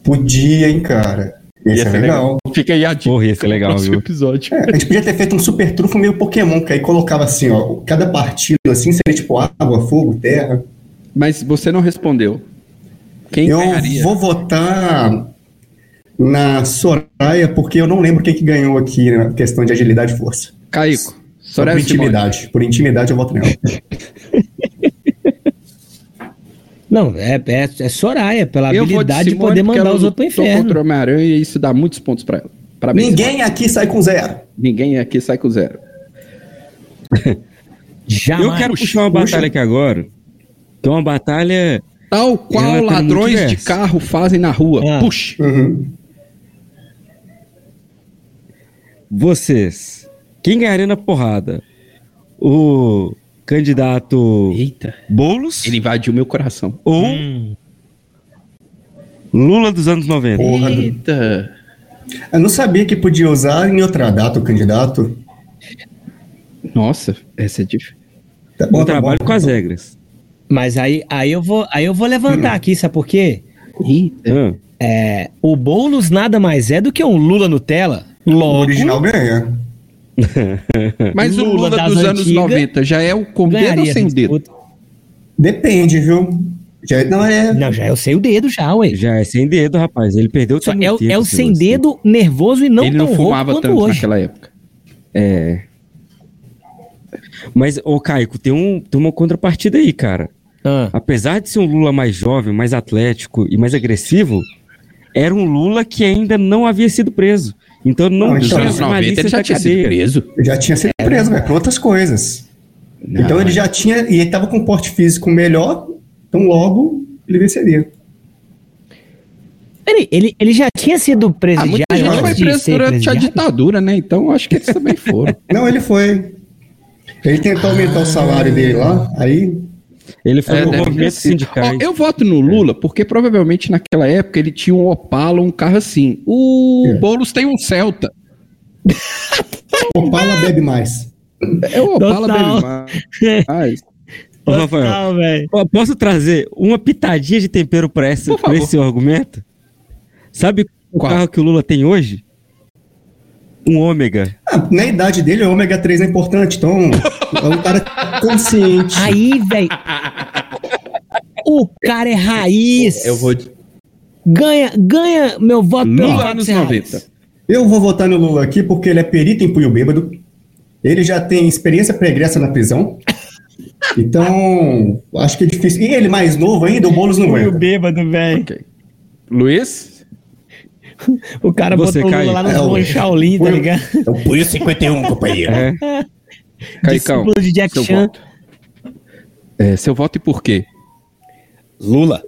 [SPEAKER 2] Podia, hein, cara? Isso
[SPEAKER 8] Ia
[SPEAKER 2] é
[SPEAKER 8] ser
[SPEAKER 2] legal.
[SPEAKER 8] Fica aí a dica.
[SPEAKER 9] Porra, ia ser
[SPEAKER 8] no
[SPEAKER 9] legal,
[SPEAKER 8] próximo
[SPEAKER 9] viu?
[SPEAKER 8] episódio.
[SPEAKER 2] É, a gente podia ter feito um super trufo meio Pokémon, que aí colocava assim, ó, cada partido assim seria tipo água, fogo, terra.
[SPEAKER 8] Mas você não respondeu. Quem
[SPEAKER 2] eu
[SPEAKER 8] ganharia?
[SPEAKER 2] vou votar na Soraya, porque eu não lembro quem que ganhou aqui na questão de agilidade e força.
[SPEAKER 8] Caico. Soraya
[SPEAKER 2] Por
[SPEAKER 8] ou Simone?
[SPEAKER 2] intimidade. Por intimidade eu voto nela.
[SPEAKER 7] Não, é, é, é Soraya, pela
[SPEAKER 8] Eu vou
[SPEAKER 7] habilidade de,
[SPEAKER 8] Simone
[SPEAKER 7] poder
[SPEAKER 8] porque
[SPEAKER 7] mandar
[SPEAKER 8] ela
[SPEAKER 7] os outros pro
[SPEAKER 8] lutou
[SPEAKER 7] inferno.
[SPEAKER 8] contra o Homem-Aranha e isso dá muitos pontos pra ela. Parabéns. Simone.
[SPEAKER 2] Ninguém aqui sai com zero.
[SPEAKER 8] Ninguém aqui sai com zero.
[SPEAKER 7] Jamais.
[SPEAKER 9] eu quero puxar uma batalha aqui agora. Que é uma batalha.
[SPEAKER 8] Tal qual
[SPEAKER 9] Ela tá
[SPEAKER 8] ladrões de
[SPEAKER 9] multiverso.
[SPEAKER 8] carro fazem na rua.
[SPEAKER 7] Ah.
[SPEAKER 8] Puxe.
[SPEAKER 2] Uhum.
[SPEAKER 9] Vocês. Quem ganharia na porrada? O candidato
[SPEAKER 8] Eita.
[SPEAKER 9] Boulos
[SPEAKER 8] Ele Hum. invadiu meu coração.
[SPEAKER 9] ou Lula dos anos 90?
[SPEAKER 2] Porra, do-
[SPEAKER 8] Eita.
[SPEAKER 2] Eu não sabia que podia usar em outra data o candidato.
[SPEAKER 8] Nossa, essa é difícil.
[SPEAKER 2] Tá
[SPEAKER 9] Eu
[SPEAKER 2] tá
[SPEAKER 9] trabalho com as regras.
[SPEAKER 7] Mas aí, aí, eu vou, aí eu vou levantar aqui, sabe por quê?
[SPEAKER 8] Eita.
[SPEAKER 9] Ah,
[SPEAKER 7] É, o Boulos nada mais é do que um Lula Nutella.
[SPEAKER 2] O
[SPEAKER 7] Logo,
[SPEAKER 2] original ganha.
[SPEAKER 8] Mas o
[SPEAKER 7] É. Lula
[SPEAKER 8] Lula
[SPEAKER 7] das
[SPEAKER 8] dos anos
[SPEAKER 7] antigas
[SPEAKER 8] 90 já é o com dedo ou
[SPEAKER 7] ganharia
[SPEAKER 8] sem
[SPEAKER 7] essa
[SPEAKER 8] dedo?
[SPEAKER 7] disputa.
[SPEAKER 2] Depende, viu? Já, não é.
[SPEAKER 7] Não, já eu sei o dedo já, ué.
[SPEAKER 9] já é sem dedo, rapaz. Ele perdeu
[SPEAKER 7] Só
[SPEAKER 9] todo
[SPEAKER 7] é, o-
[SPEAKER 9] tempo,
[SPEAKER 7] é o
[SPEAKER 9] assim,
[SPEAKER 7] sem
[SPEAKER 9] você.
[SPEAKER 7] dedo nervoso e não
[SPEAKER 8] Ele
[SPEAKER 7] tão
[SPEAKER 8] não fumava
[SPEAKER 7] rouco
[SPEAKER 8] tanto
[SPEAKER 7] quanto hoje.
[SPEAKER 8] naquela época.
[SPEAKER 9] É. Mas, ô Caico, tem, um, tem uma contrapartida aí, cara.
[SPEAKER 7] Ah,
[SPEAKER 8] né?
[SPEAKER 9] Apesar de ser um Lula mais jovem, mais atlético e mais agressivo, era um Lula que ainda não havia sido preso. Então não,
[SPEAKER 2] Não, então,
[SPEAKER 9] tinha
[SPEAKER 2] nos
[SPEAKER 8] Anos 90
[SPEAKER 9] malícia
[SPEAKER 8] ele já
[SPEAKER 9] da
[SPEAKER 8] tinha sido
[SPEAKER 9] cadeia.
[SPEAKER 8] preso.
[SPEAKER 2] Eu já tinha sido preso, velho, por outras coisas. então ele já tinha. E ele tava com um porte físico melhor, então logo ele venceria.
[SPEAKER 7] Peraí, ele, ele já tinha sido
[SPEAKER 8] Ah,
[SPEAKER 7] presidiário
[SPEAKER 8] muita gente
[SPEAKER 7] antes
[SPEAKER 8] foi
[SPEAKER 7] de
[SPEAKER 8] preso
[SPEAKER 7] ser
[SPEAKER 8] durante a
[SPEAKER 7] presidiário?
[SPEAKER 8] ditadura, né? Então acho que eles também foram.
[SPEAKER 2] Não, ele foi. Ele tentou aumentar o salário dele lá, aí.
[SPEAKER 9] Ele foi
[SPEAKER 8] É,
[SPEAKER 9] no
[SPEAKER 8] deve ter
[SPEAKER 9] movimento
[SPEAKER 8] sido. É.
[SPEAKER 9] sindical.
[SPEAKER 8] Ó, eu voto no Lula porque provavelmente naquela época ele tinha um Opala, um carro assim. O
[SPEAKER 2] É.
[SPEAKER 8] Boulos tem um Celta.
[SPEAKER 2] Opala bebe mais.
[SPEAKER 8] É o Opala
[SPEAKER 7] Total.
[SPEAKER 8] bem mais.
[SPEAKER 9] Ô, Rafael,
[SPEAKER 7] Total, velho.
[SPEAKER 9] ó, posso trazer uma pitadinha de tempero para esse,
[SPEAKER 8] Por favor.
[SPEAKER 9] pra esse argumento? Sabe o
[SPEAKER 8] Qual?
[SPEAKER 9] carro que o Lula tem hoje? Um ômega.
[SPEAKER 2] Ah, na idade dele, o ômega 3 é importante, então é um cara consciente.
[SPEAKER 7] Aí, velho. O cara é raiz.
[SPEAKER 8] Eu vou
[SPEAKER 7] Ganha, ganha meu voto pelo
[SPEAKER 8] Lula
[SPEAKER 7] voto
[SPEAKER 8] anos
[SPEAKER 7] ser raiz.
[SPEAKER 8] 90.
[SPEAKER 2] Eu vou votar no Lula aqui porque ele é perito em punho bêbado. Ele já tem experiência pregressa na prisão. Então, acho que é difícil. E ele mais novo ainda, o Boulos não é.
[SPEAKER 7] bêbado, velho.
[SPEAKER 8] Ok. Luiz?
[SPEAKER 7] O cara
[SPEAKER 9] Você
[SPEAKER 7] botou o
[SPEAKER 9] cai.
[SPEAKER 7] Lula lá
[SPEAKER 2] É,
[SPEAKER 7] no Bom
[SPEAKER 2] ué.
[SPEAKER 7] Shaolin, tá
[SPEAKER 2] Punho-
[SPEAKER 7] ligado?
[SPEAKER 2] É o punho 51, companheiro.
[SPEAKER 9] É.
[SPEAKER 8] Caicão.
[SPEAKER 7] Discípulo de Jack
[SPEAKER 8] seu
[SPEAKER 7] Chan.
[SPEAKER 8] voto. É, seu voto e por quê?
[SPEAKER 10] Lula.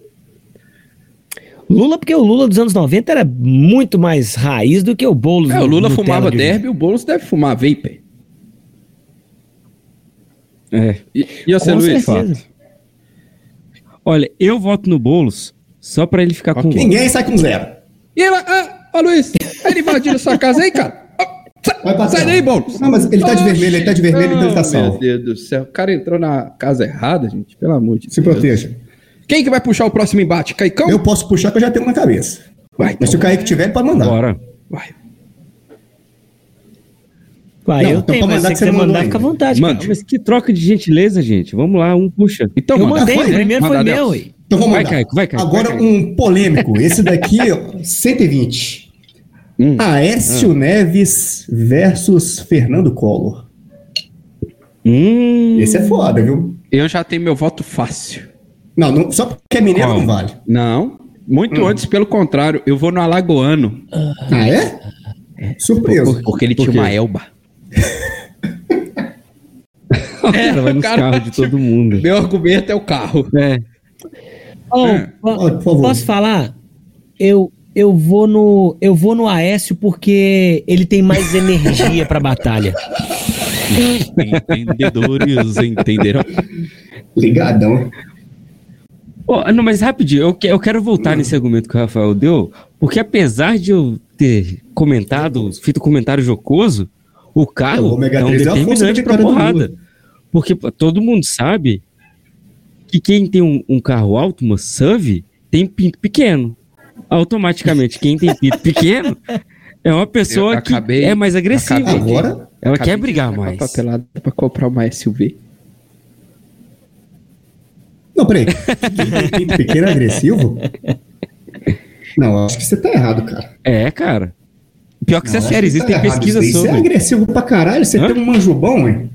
[SPEAKER 7] Lula, porque o Lula dos anos 90 era muito mais raiz do que o Boulos.
[SPEAKER 8] É, o
[SPEAKER 7] no-
[SPEAKER 8] Lula
[SPEAKER 7] no tela
[SPEAKER 8] fumava
[SPEAKER 7] de-
[SPEAKER 8] derby, o Boulos deve fumar vapor.
[SPEAKER 9] É.
[SPEAKER 8] E, e você,
[SPEAKER 7] Com
[SPEAKER 8] Luiz?
[SPEAKER 7] certeza.
[SPEAKER 9] Olha, eu voto no Boulos só pra ele ficar com
[SPEAKER 8] Ok.
[SPEAKER 9] o voto.
[SPEAKER 2] Ninguém sai com zero.
[SPEAKER 8] E ela, ah, ó, Luiz, ele invadindo sua casa aí, cara. Ó,
[SPEAKER 2] Vai
[SPEAKER 8] sa-
[SPEAKER 2] bater.
[SPEAKER 8] Sai daí, Boulos.
[SPEAKER 2] Não, mas ele tá de vermelho, ele tá de vermelho, então ele tá
[SPEAKER 8] Não,
[SPEAKER 2] salvo.
[SPEAKER 8] Meu Deus do céu, o cara entrou na casa errada, gente, pelo amor de
[SPEAKER 2] Se
[SPEAKER 8] Deus.
[SPEAKER 2] proteja.
[SPEAKER 9] Então-
[SPEAKER 8] Quem que vai puxar o próximo embate? Caicão?
[SPEAKER 2] Eu posso puxar que eu já tenho na cabeça.
[SPEAKER 8] Vai,
[SPEAKER 2] Mas se o Kaique tiver, ele pode
[SPEAKER 8] é?
[SPEAKER 2] mandar.
[SPEAKER 9] Bora.
[SPEAKER 8] vai.
[SPEAKER 7] Vai,
[SPEAKER 2] Não,
[SPEAKER 7] eu
[SPEAKER 2] então
[SPEAKER 7] tenho,
[SPEAKER 2] pode
[SPEAKER 7] mas
[SPEAKER 2] mandar
[SPEAKER 7] se
[SPEAKER 2] que você
[SPEAKER 7] quiser
[SPEAKER 2] mandou
[SPEAKER 7] mandar,
[SPEAKER 2] aí.
[SPEAKER 7] fica à vontade. cara.
[SPEAKER 8] Mande.
[SPEAKER 9] Ah, tipo, Mas que troca de gentileza, gente. Vamos lá, um puxa.
[SPEAKER 8] Então,
[SPEAKER 7] Eu
[SPEAKER 8] manda,
[SPEAKER 7] mandei,
[SPEAKER 8] foi,
[SPEAKER 7] o
[SPEAKER 8] né?
[SPEAKER 7] primeiro foi
[SPEAKER 8] Manda,
[SPEAKER 7] meu.
[SPEAKER 8] Nelson.
[SPEAKER 7] ué.
[SPEAKER 2] Então vamos
[SPEAKER 9] Vai,
[SPEAKER 2] mandar.
[SPEAKER 9] Caico, vai, Caico,
[SPEAKER 2] Agora
[SPEAKER 9] vai,
[SPEAKER 2] um polêmico. Esse daqui, ó, 120.
[SPEAKER 8] Hum.
[SPEAKER 2] Aécio Neves versus Fernando Collor.
[SPEAKER 9] Hum,
[SPEAKER 2] Esse é foda, viu?
[SPEAKER 8] Eu já tenho meu voto fácil.
[SPEAKER 2] Não, não- só porque é mineiro
[SPEAKER 9] Qual?
[SPEAKER 2] não vale.
[SPEAKER 8] Não, muito
[SPEAKER 9] Hum.
[SPEAKER 8] antes, pelo contrário, eu vou no Alagoano,
[SPEAKER 2] Ah, é? Surpreso.
[SPEAKER 8] por- porque ele
[SPEAKER 9] Por
[SPEAKER 8] tinha
[SPEAKER 9] quê?
[SPEAKER 8] uma elba.
[SPEAKER 9] É, o cara vai nos
[SPEAKER 8] cara
[SPEAKER 9] carros de todo mundo.
[SPEAKER 8] Meu argumento é o carro.
[SPEAKER 9] É.
[SPEAKER 7] Ô,
[SPEAKER 8] É.
[SPEAKER 7] po-
[SPEAKER 2] Ó, por favor.
[SPEAKER 7] Posso falar? Eu, eu, vou no, eu vou no Aécio porque ele tem mais energia pra batalha.
[SPEAKER 10] Entendedores entenderão.
[SPEAKER 2] Ligadão.
[SPEAKER 9] Ô, não, mas rapidinho, eu, que- eu quero voltar nesse argumento que o Rafael deu, porque apesar de eu ter comentado, feito um comentário jocoso, o
[SPEAKER 2] É, o
[SPEAKER 9] carro
[SPEAKER 2] ômega
[SPEAKER 9] é um
[SPEAKER 2] três é a força de
[SPEAKER 9] determinante pra
[SPEAKER 2] vitória do
[SPEAKER 9] porrada.
[SPEAKER 2] Lula.
[SPEAKER 9] Porque pô, todo mundo sabe que quem tem um, um carro alto, uma SUV, tem pinto pequeno. Automaticamente, quem tem pinto pequeno é uma pessoa
[SPEAKER 8] Eu
[SPEAKER 9] que
[SPEAKER 8] acabei-
[SPEAKER 9] é mais agressiva.
[SPEAKER 8] acabei de-
[SPEAKER 2] Agora,
[SPEAKER 9] Ela
[SPEAKER 8] Acabei
[SPEAKER 9] quer
[SPEAKER 8] de
[SPEAKER 9] brigar
[SPEAKER 8] sacar
[SPEAKER 9] mais.
[SPEAKER 8] papelada pra comprar uma SUV.
[SPEAKER 2] Não, peraí. Quem tem pinto Pequeno é agressivo? Não, acho que você tá errado, cara.
[SPEAKER 9] É, cara. Pior que isso é
[SPEAKER 2] Não,
[SPEAKER 9] sério,
[SPEAKER 2] acho que
[SPEAKER 9] existem
[SPEAKER 2] tá errado
[SPEAKER 9] pesquisas
[SPEAKER 2] isso daí. Você é
[SPEAKER 9] sobre.
[SPEAKER 2] agressivo pra caralho, você
[SPEAKER 9] Hã?
[SPEAKER 2] tem um manjubão, hein?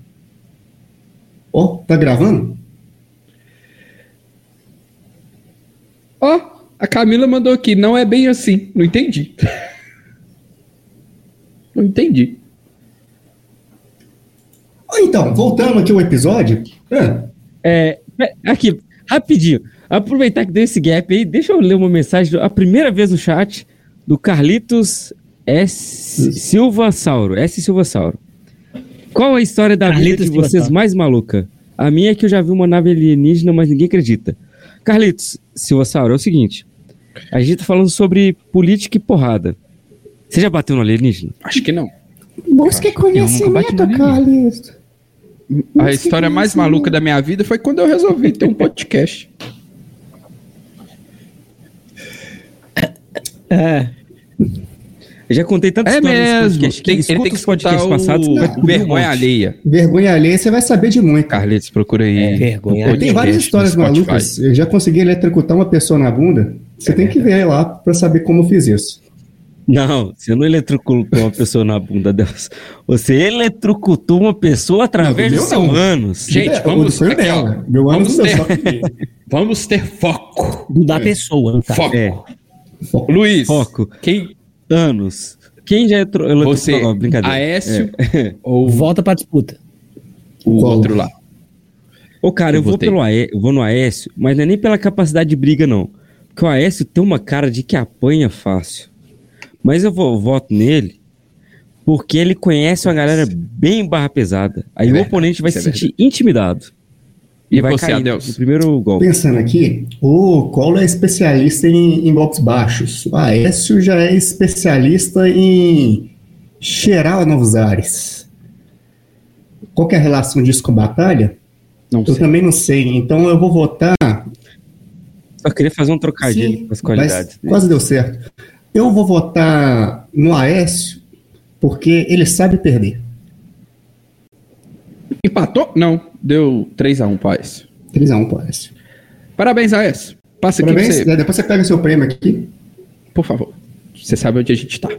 [SPEAKER 2] Ó, tá gravando?
[SPEAKER 8] Ó, a Camila mandou aqui, não é bem assim. Não entendi. não entendi.
[SPEAKER 2] Ó, Então, voltando aqui ao episódio. Ah,
[SPEAKER 9] É, pe- aqui, rapidinho. Aproveitar que deu esse gap aí, deixa eu ler uma mensagem, do- a primeira vez no chat, do Carlitos S. Silva Sauro. S. Silva Sauro. Qual a história da vida
[SPEAKER 7] Carlitos
[SPEAKER 9] de
[SPEAKER 7] Silva
[SPEAKER 9] vocês
[SPEAKER 7] Sauro.
[SPEAKER 9] mais maluca? A minha é que eu já vi uma nave alienígena, mas ninguém acredita. Carlitos Silva Sauro, é o seguinte. A gente tá falando sobre política e porrada. Você já bateu no alienígena?
[SPEAKER 8] Acho que não.
[SPEAKER 11] Busque conhecimento, Carlos.
[SPEAKER 8] A história mais maluca da minha vida foi quando eu resolvi ter um podcast.
[SPEAKER 7] É.
[SPEAKER 9] Eu já contei tantas
[SPEAKER 8] É
[SPEAKER 9] histórias nesse
[SPEAKER 8] mesmo.
[SPEAKER 9] podcast que
[SPEAKER 8] Tem, ele
[SPEAKER 9] escuta
[SPEAKER 8] tem que
[SPEAKER 9] os podcasts
[SPEAKER 8] escutar o
[SPEAKER 9] passados. vai descobrir um
[SPEAKER 8] Vergonha
[SPEAKER 9] monte.
[SPEAKER 8] Alheia.
[SPEAKER 2] vergonha alheia, você vai saber de muito, cara.
[SPEAKER 8] Carlitos, procura aí.
[SPEAKER 7] vergonha.
[SPEAKER 8] Um podcast
[SPEAKER 2] É, Tem várias
[SPEAKER 8] no
[SPEAKER 2] histórias
[SPEAKER 8] Spotify. É
[SPEAKER 2] malucas. Eu já consegui eletrocutar uma pessoa na bunda. Você tem que ver lá pra saber como eu fiz isso.
[SPEAKER 9] Não, você não eletrocutou uma pessoa na bunda delas. Você eletrocutou uma pessoa através
[SPEAKER 2] Não,
[SPEAKER 9] dos
[SPEAKER 2] do meu não.
[SPEAKER 9] seus anos.
[SPEAKER 8] Gente,
[SPEAKER 2] É,
[SPEAKER 8] vamos-
[SPEAKER 2] o- Foi o
[SPEAKER 8] aqui, ó.
[SPEAKER 2] dela. Meu ano
[SPEAKER 8] Vamos
[SPEAKER 2] do meu
[SPEAKER 8] ter.
[SPEAKER 2] só que- É.
[SPEAKER 8] Vamos ter foco.
[SPEAKER 7] Do da pessoa, tá?
[SPEAKER 8] Foco.
[SPEAKER 9] É.
[SPEAKER 8] Luiz,
[SPEAKER 9] Foco.
[SPEAKER 8] quem
[SPEAKER 9] Anos. Quem já entrou? eu-
[SPEAKER 8] Você,
[SPEAKER 9] Não, brincadeira.
[SPEAKER 8] Aécio
[SPEAKER 9] É.
[SPEAKER 8] ou
[SPEAKER 4] Volta pra disputa.
[SPEAKER 8] o
[SPEAKER 2] É. Qual?
[SPEAKER 8] outro lá?
[SPEAKER 9] Ô, cara, eu,
[SPEAKER 8] Eu
[SPEAKER 9] vou
[SPEAKER 8] votei.
[SPEAKER 9] pelo Aé- eu vou no Aécio, mas não é nem pela capacidade de briga, não. Porque o Aécio tem uma cara de que apanha fácil. Mas eu vou, voto nele porque ele conhece uma galera bem barra pesada. Aí
[SPEAKER 8] É
[SPEAKER 9] o
[SPEAKER 8] verdade,
[SPEAKER 9] oponente vai
[SPEAKER 8] isso
[SPEAKER 9] se
[SPEAKER 8] é
[SPEAKER 9] sentir intimidado.
[SPEAKER 8] E
[SPEAKER 9] vai
[SPEAKER 8] você,
[SPEAKER 9] cair
[SPEAKER 8] Adelson?
[SPEAKER 9] no primeiro golpe.
[SPEAKER 2] Pensando aqui, o Collor é especialista em, em golpes baixos. O Aécio já é especialista em cheirar novos ares. Qual que é a relação disso com batalha?
[SPEAKER 8] Não
[SPEAKER 2] Eu
[SPEAKER 8] sei.
[SPEAKER 2] também não sei. Então eu vou votar.
[SPEAKER 9] Só queria fazer um trocadilho
[SPEAKER 2] Sim,
[SPEAKER 9] com as qualidades.
[SPEAKER 2] mas
[SPEAKER 9] dele.
[SPEAKER 2] quase deu certo. Eu vou votar no Aécio porque ele sabe perder.
[SPEAKER 8] Empatou? Não. Deu 3x1 pro Aécio.
[SPEAKER 2] 3x1 pro Aécio.
[SPEAKER 8] Parabéns, Aécio. Passa aqui
[SPEAKER 2] Parabéns.
[SPEAKER 8] pra você,
[SPEAKER 2] né? Depois você pega seu prêmio aqui.
[SPEAKER 8] por favor. Você sabe onde a gente tá.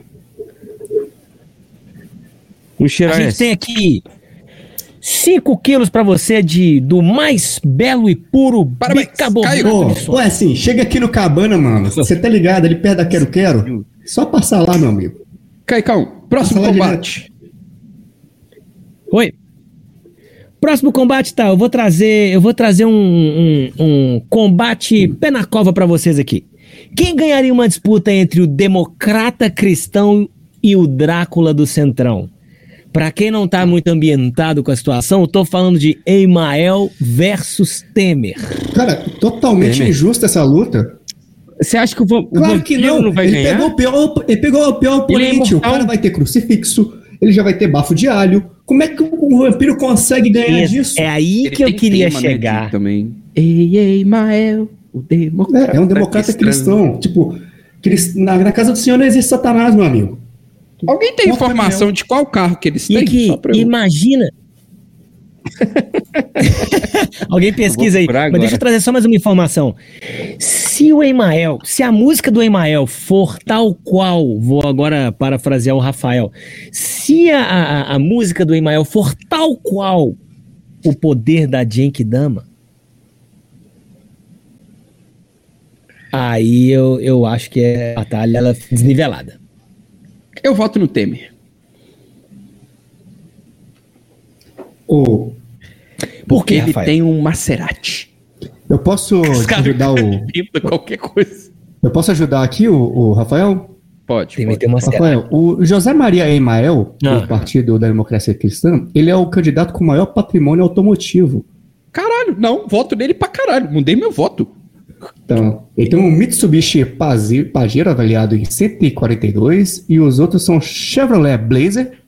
[SPEAKER 9] Um
[SPEAKER 7] A
[SPEAKER 9] cheiro
[SPEAKER 7] gente
[SPEAKER 9] Aécio.
[SPEAKER 7] tem aqui 5 quilos pra você de do mais belo e puro
[SPEAKER 8] Parabéns, Caio.
[SPEAKER 7] bicarbonato.
[SPEAKER 2] Pô,
[SPEAKER 7] de sódio.
[SPEAKER 2] pô, é assim, chega aqui no Cabana, mano. Você tá ligado? Ele perde a Quero Quero. Só passar lá, meu amigo.
[SPEAKER 8] Caicão, próximo
[SPEAKER 2] Fala
[SPEAKER 8] combate.
[SPEAKER 7] Oi. Próximo combate, tá? Eu vou trazer, eu vou trazer um, um- um combate pé na cova pra vocês aqui. Quem ganharia uma disputa entre o democrata cristão e o Drácula do Centrão? Pra quem não tá muito ambientado com a situação, eu tô falando de Emael versus Temer.
[SPEAKER 2] Cara, totalmente
[SPEAKER 9] Temer.
[SPEAKER 2] injusta essa luta.
[SPEAKER 9] Você acha que o, va- né? o
[SPEAKER 2] Claro
[SPEAKER 9] vampiro
[SPEAKER 2] que não.
[SPEAKER 9] vai
[SPEAKER 2] ele,
[SPEAKER 9] ganhar?
[SPEAKER 2] Pegou o pior, ele pegou o pior
[SPEAKER 9] Ele é
[SPEAKER 2] oponente. o
[SPEAKER 9] imortal.
[SPEAKER 2] cara vai ter crucifixo, ele já vai ter bafo de alho. Como é que o vampiro consegue ganhar disso?
[SPEAKER 7] É aí
[SPEAKER 8] Ele
[SPEAKER 7] que eu
[SPEAKER 8] tem
[SPEAKER 7] queria
[SPEAKER 8] tema, né,
[SPEAKER 7] chegar.
[SPEAKER 8] aqui Também. Ei, ei, Mael, o democrata.
[SPEAKER 2] É,
[SPEAKER 9] Tá
[SPEAKER 2] é um democrata
[SPEAKER 8] Tá
[SPEAKER 2] cristão. Tipo, crist- na, na casa do senhor não existe satanás, meu amigo.
[SPEAKER 8] Alguém tem
[SPEAKER 2] Qual
[SPEAKER 8] informação de qual carro que eles
[SPEAKER 7] E
[SPEAKER 8] têm?
[SPEAKER 7] aqui,
[SPEAKER 8] Só pra eu-
[SPEAKER 7] imagina. Alguém pesquisa aí.
[SPEAKER 9] procurar
[SPEAKER 7] Mas
[SPEAKER 9] agora.
[SPEAKER 7] deixa eu trazer só mais uma informação. Se o Emael, se a música do Emael for tal qual, vou agora parafrasear o Rafael, se a, a- a música do Emael for tal qual o poder da Genkidama, aí eu, eu acho que é a batalha ela é desnivelada.
[SPEAKER 8] Eu voto no Temer.
[SPEAKER 2] Ô,
[SPEAKER 7] Por quê,
[SPEAKER 8] ele
[SPEAKER 7] Rafael?
[SPEAKER 8] tem um Maserati.
[SPEAKER 2] eu posso ajudar o.
[SPEAKER 8] Pinta qualquer coisa.
[SPEAKER 2] Eu posso ajudar aqui o, o Rafael?
[SPEAKER 8] Pode.
[SPEAKER 7] Tem
[SPEAKER 8] pode.
[SPEAKER 7] tem uma série.
[SPEAKER 2] Rafael, o José Maria Emael,
[SPEAKER 7] Ah.
[SPEAKER 2] do Partido da Democracia Cristã, ele é o candidato com o maior patrimônio automotivo.
[SPEAKER 8] Caralho, não, voto nele pra caralho. Mudei meu voto.
[SPEAKER 2] Então, ele tem um Mitsubishi Pazi- Pajero avaliado em 142 e os outros são Chevrolet Blazer,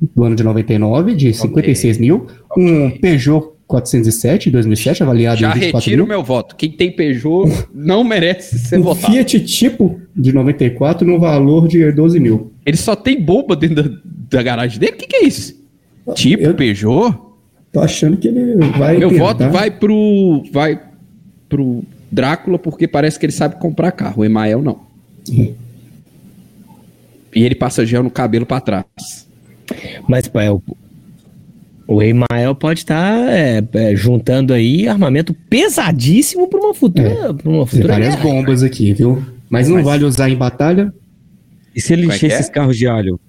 [SPEAKER 2] do ano de 99, de 56 mil, um Peugeot 407, 2007, avaliado
[SPEAKER 8] Já
[SPEAKER 2] em 24
[SPEAKER 8] retiro
[SPEAKER 2] mil,
[SPEAKER 8] o meu voto. Quem tem Peugeot não merece ser
[SPEAKER 2] um
[SPEAKER 8] votado.
[SPEAKER 2] Fiat Tipo, de 94, no valor de 12 mil.
[SPEAKER 8] Ele só tem bomba dentro da, da garagem dele? O que, que é isso? Tipo
[SPEAKER 2] eu-
[SPEAKER 8] Peugeot?
[SPEAKER 2] Tô achando que ele vai... tá?
[SPEAKER 8] Meu
[SPEAKER 2] tentar.
[SPEAKER 8] voto vai pro. Vai pro Drácula, porque parece que ele sabe comprar carro. O Emael não. E ele passa gel no cabelo pra trás.
[SPEAKER 7] Mas pô, é, o, o Emael pode estar é, é, juntando aí armamento pesadíssimo para uma futura, pra uma
[SPEAKER 2] Tem
[SPEAKER 7] futura
[SPEAKER 2] várias
[SPEAKER 7] guerra.
[SPEAKER 2] bombas aqui, viu? Mas não vale usar em batalha.
[SPEAKER 9] E se ele
[SPEAKER 8] Como é
[SPEAKER 9] encher
[SPEAKER 8] que é?
[SPEAKER 9] esses carros de alho?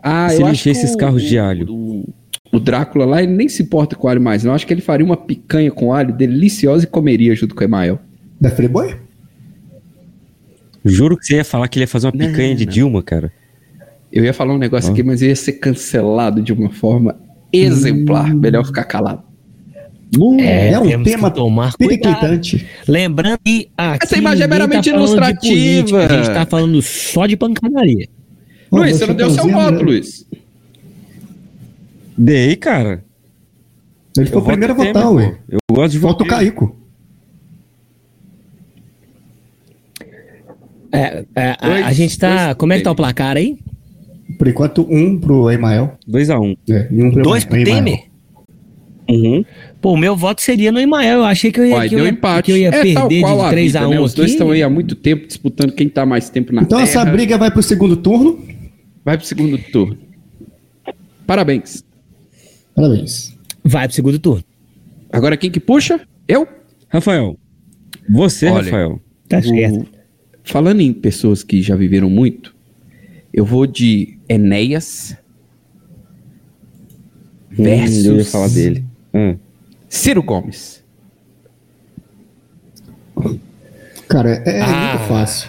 [SPEAKER 8] Ah,
[SPEAKER 9] Se
[SPEAKER 8] eu
[SPEAKER 9] ele
[SPEAKER 8] acho
[SPEAKER 9] encher
[SPEAKER 8] que
[SPEAKER 9] esses
[SPEAKER 8] o-
[SPEAKER 9] carros de
[SPEAKER 8] o-
[SPEAKER 9] alho.
[SPEAKER 8] O, o Drácula lá, ele nem se importa com alho mais, não. Eu acho que ele faria uma picanha com alho deliciosa e comeria junto com o Emael.
[SPEAKER 2] Da Freboy?
[SPEAKER 9] Juro que você ia falar que ele ia fazer uma
[SPEAKER 8] Não,
[SPEAKER 9] picanha de
[SPEAKER 8] não.
[SPEAKER 9] Dilma, cara.
[SPEAKER 8] Eu ia falar um negócio
[SPEAKER 9] Ah.
[SPEAKER 8] aqui, mas eu ia ser cancelado de uma forma
[SPEAKER 2] Hum.
[SPEAKER 8] exemplar. Melhor ficar calado.
[SPEAKER 7] É,
[SPEAKER 2] É um
[SPEAKER 7] temos
[SPEAKER 2] tema
[SPEAKER 7] que tomar cuidado.
[SPEAKER 2] Periquitante.
[SPEAKER 7] Lembrando que aqui
[SPEAKER 8] Essa imagem é
[SPEAKER 7] ninguém tá
[SPEAKER 8] meramente
[SPEAKER 7] falando de
[SPEAKER 8] ilustrativa.
[SPEAKER 7] política, A gente tá falando só de pancadaria.
[SPEAKER 8] Luiz, você não deu seu voto, Luiz.
[SPEAKER 9] Dei, cara.
[SPEAKER 2] Ele foi o
[SPEAKER 9] voto
[SPEAKER 2] primeiro a
[SPEAKER 9] no Temer,
[SPEAKER 2] votar,
[SPEAKER 9] pô.
[SPEAKER 2] ué.
[SPEAKER 9] Eu gosto de
[SPEAKER 2] Falta o
[SPEAKER 9] votar.
[SPEAKER 2] Caico.
[SPEAKER 7] É, é, a,
[SPEAKER 8] Dois,
[SPEAKER 7] a gente tá.
[SPEAKER 8] dois,
[SPEAKER 7] como é que tá
[SPEAKER 8] Temer.
[SPEAKER 7] o placar aí?
[SPEAKER 2] Por enquanto, um pro Emael.
[SPEAKER 9] 2x1.
[SPEAKER 2] É, e um pro
[SPEAKER 7] Dois pro
[SPEAKER 2] Emael.
[SPEAKER 7] Temer?
[SPEAKER 9] Uhum.
[SPEAKER 7] Pô, o meu voto seria no Emael. Eu achei É que eu ia,
[SPEAKER 8] Olha,
[SPEAKER 7] que eu
[SPEAKER 8] deu
[SPEAKER 7] ia-
[SPEAKER 8] empate.
[SPEAKER 7] que eu ia
[SPEAKER 8] é tal
[SPEAKER 7] perder de
[SPEAKER 8] qual a
[SPEAKER 7] 3 a
[SPEAKER 8] vida,
[SPEAKER 7] 1
[SPEAKER 8] né? Os dois
[SPEAKER 7] aqui.
[SPEAKER 8] estão aí há muito tempo disputando quem tá mais tempo na
[SPEAKER 2] Então
[SPEAKER 8] terra.
[SPEAKER 2] essa briga vai pro segundo turno.
[SPEAKER 8] Vai pro segundo turno. Parabéns.
[SPEAKER 2] Parabéns.
[SPEAKER 7] Vai pro segundo turno.
[SPEAKER 8] Agora quem que puxa? Eu?
[SPEAKER 9] Rafael. Você,
[SPEAKER 8] Olha,
[SPEAKER 9] Rafael.
[SPEAKER 7] Tá
[SPEAKER 8] O-
[SPEAKER 7] certo.
[SPEAKER 8] Falando em pessoas que já viveram muito, eu vou de Enéas versus.
[SPEAKER 9] eu ia falar dele.
[SPEAKER 8] Ciro Gomes.
[SPEAKER 2] Cara, é muito fácil.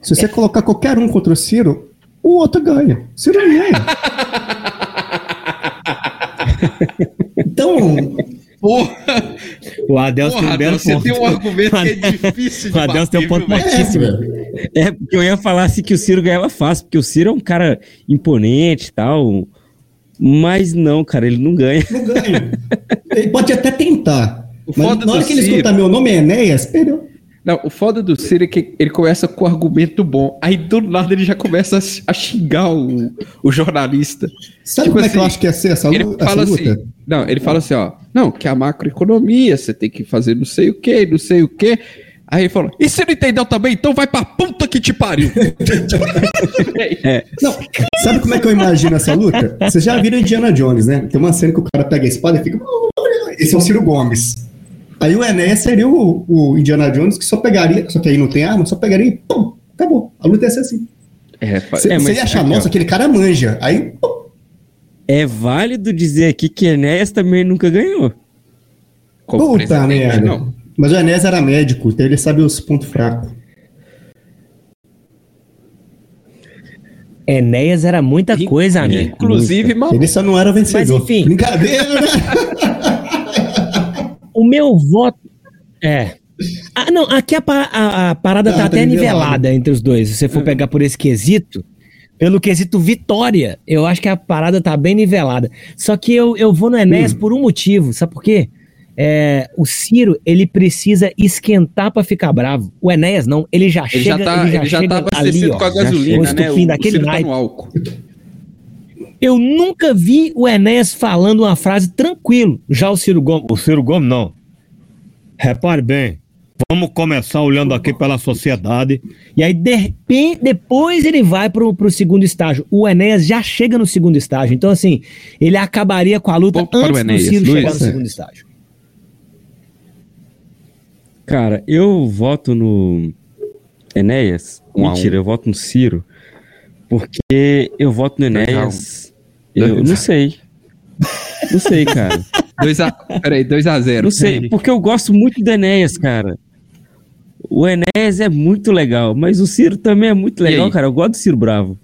[SPEAKER 2] Se você colocar qualquer um contra o Ciro, o outro ganha. O Ciro não ganha. então,
[SPEAKER 8] Porra,
[SPEAKER 9] O Adelson tem um belo
[SPEAKER 8] você
[SPEAKER 9] ponto.
[SPEAKER 8] tem um argumento que é difícil de
[SPEAKER 9] O Adelson tem um ponto
[SPEAKER 8] bater, viu, velho?
[SPEAKER 9] fortíssimo. É, porque eu ia falar assim que o Ciro ganhava fácil, porque o Ciro é um cara imponente e tal. Mas não, cara, ele não ganha.
[SPEAKER 2] não ganha. Ele pode até tentar.
[SPEAKER 8] O
[SPEAKER 2] Mas
[SPEAKER 8] foda
[SPEAKER 2] na hora
[SPEAKER 8] do
[SPEAKER 2] que ele
[SPEAKER 8] Ciro-
[SPEAKER 2] escutar meu nome é Enéas, perdeu.
[SPEAKER 8] Não, o foda do Ciro é que ele começa com argumento bom. Aí do nada ele já começa a x- a xingar o, o jornalista.
[SPEAKER 2] Sabe
[SPEAKER 8] Tipo
[SPEAKER 2] como é que eu
[SPEAKER 8] assim,
[SPEAKER 2] acho que ia ser essa,
[SPEAKER 8] Ele
[SPEAKER 2] lu- essa
[SPEAKER 8] fala assim.
[SPEAKER 2] luta?
[SPEAKER 8] Não, ele fala assim, ó. Não, que a macroeconomia, você tem que fazer não sei o que, não sei o que. Aí ele fala, e se não entendeu também, então vai pra puta que te pariu.
[SPEAKER 2] Não, sabe como é que eu imagino essa luta? Vocês já viram Indiana Jones, né? Tem uma cena que o cara pega a espada e fica. Esse é o Ciro Gomes. Aí o Enéas seria o, o Indiana Jones que só pegaria, só que aí não tem arma, só pegaria e pum, acabou. A luta ia ser assim.
[SPEAKER 8] é, fa-
[SPEAKER 2] Você
[SPEAKER 9] É, mas-
[SPEAKER 2] ia achar, nossa, aquele cara manja. Aí, pum,
[SPEAKER 9] É válido dizer aqui que Enéas também nunca ganhou.
[SPEAKER 2] puta
[SPEAKER 8] como
[SPEAKER 2] né,
[SPEAKER 8] presidente, né?
[SPEAKER 2] merda.
[SPEAKER 8] não.
[SPEAKER 2] Mas o Enéas era médico, então ele sabe os pontos fracos.
[SPEAKER 7] Enéas era muita coisa, amigo.
[SPEAKER 8] Inclusive, mano,
[SPEAKER 2] Ele só não era vencedor.
[SPEAKER 7] Mas, enfim.
[SPEAKER 2] Brincadeira, né?
[SPEAKER 7] O meu voto. É. Ah, não, aqui a, pa- a- a parada
[SPEAKER 2] Tá,
[SPEAKER 7] tá,
[SPEAKER 2] tá
[SPEAKER 7] até
[SPEAKER 2] nivelado.
[SPEAKER 7] nivelada entre os dois. Se você for pegar por esse quesito, pelo quesito vitória, eu acho que a parada tá bem nivelada. Só que eu, eu vou no Enéas por um motivo, sabe por quê? É, o Ciro, ele precisa esquentar pra ficar bravo. O Enéas não, ele já
[SPEAKER 8] ele
[SPEAKER 7] chega
[SPEAKER 8] já tá, ele já tá
[SPEAKER 7] chega
[SPEAKER 8] abastecido
[SPEAKER 7] ó,
[SPEAKER 8] com a
[SPEAKER 7] já
[SPEAKER 8] gasolina,
[SPEAKER 7] chega. O
[SPEAKER 8] né?
[SPEAKER 7] estupim daquele
[SPEAKER 8] Ciro tá
[SPEAKER 7] naipe.
[SPEAKER 8] no álcool.
[SPEAKER 7] Eu nunca vi o Enéas falando uma frase tranquilo. Já o Ciro Gomes.
[SPEAKER 12] O Ciro Gomes não. Repare bem. Vamos começar olhando aqui pela sociedade.
[SPEAKER 7] E aí, de repente, depois ele vai pro, pro segundo estágio. O Enéas já chega no segundo estágio. Então, assim, ele acabaria com a luta
[SPEAKER 8] Bom para o
[SPEAKER 7] antes
[SPEAKER 8] Enéas,
[SPEAKER 7] do Ciro
[SPEAKER 8] Luiz. É.
[SPEAKER 7] chegar no segundo estágio.
[SPEAKER 9] Cara, eu voto no Enéas.
[SPEAKER 8] Um a um.
[SPEAKER 9] Mentira, eu voto no Ciro. Porque eu voto no
[SPEAKER 8] Dois a um.
[SPEAKER 9] Enéas. Eu não sei. Não sei, cara.
[SPEAKER 8] 2 a, peraí, 2 a 0.
[SPEAKER 9] Não sei, porque eu gosto muito do Enéas, cara. O Enéas é muito legal, mas o Ciro também é muito
[SPEAKER 8] E
[SPEAKER 9] legal,
[SPEAKER 8] aí?
[SPEAKER 9] cara. Eu gosto do Ciro Bravo.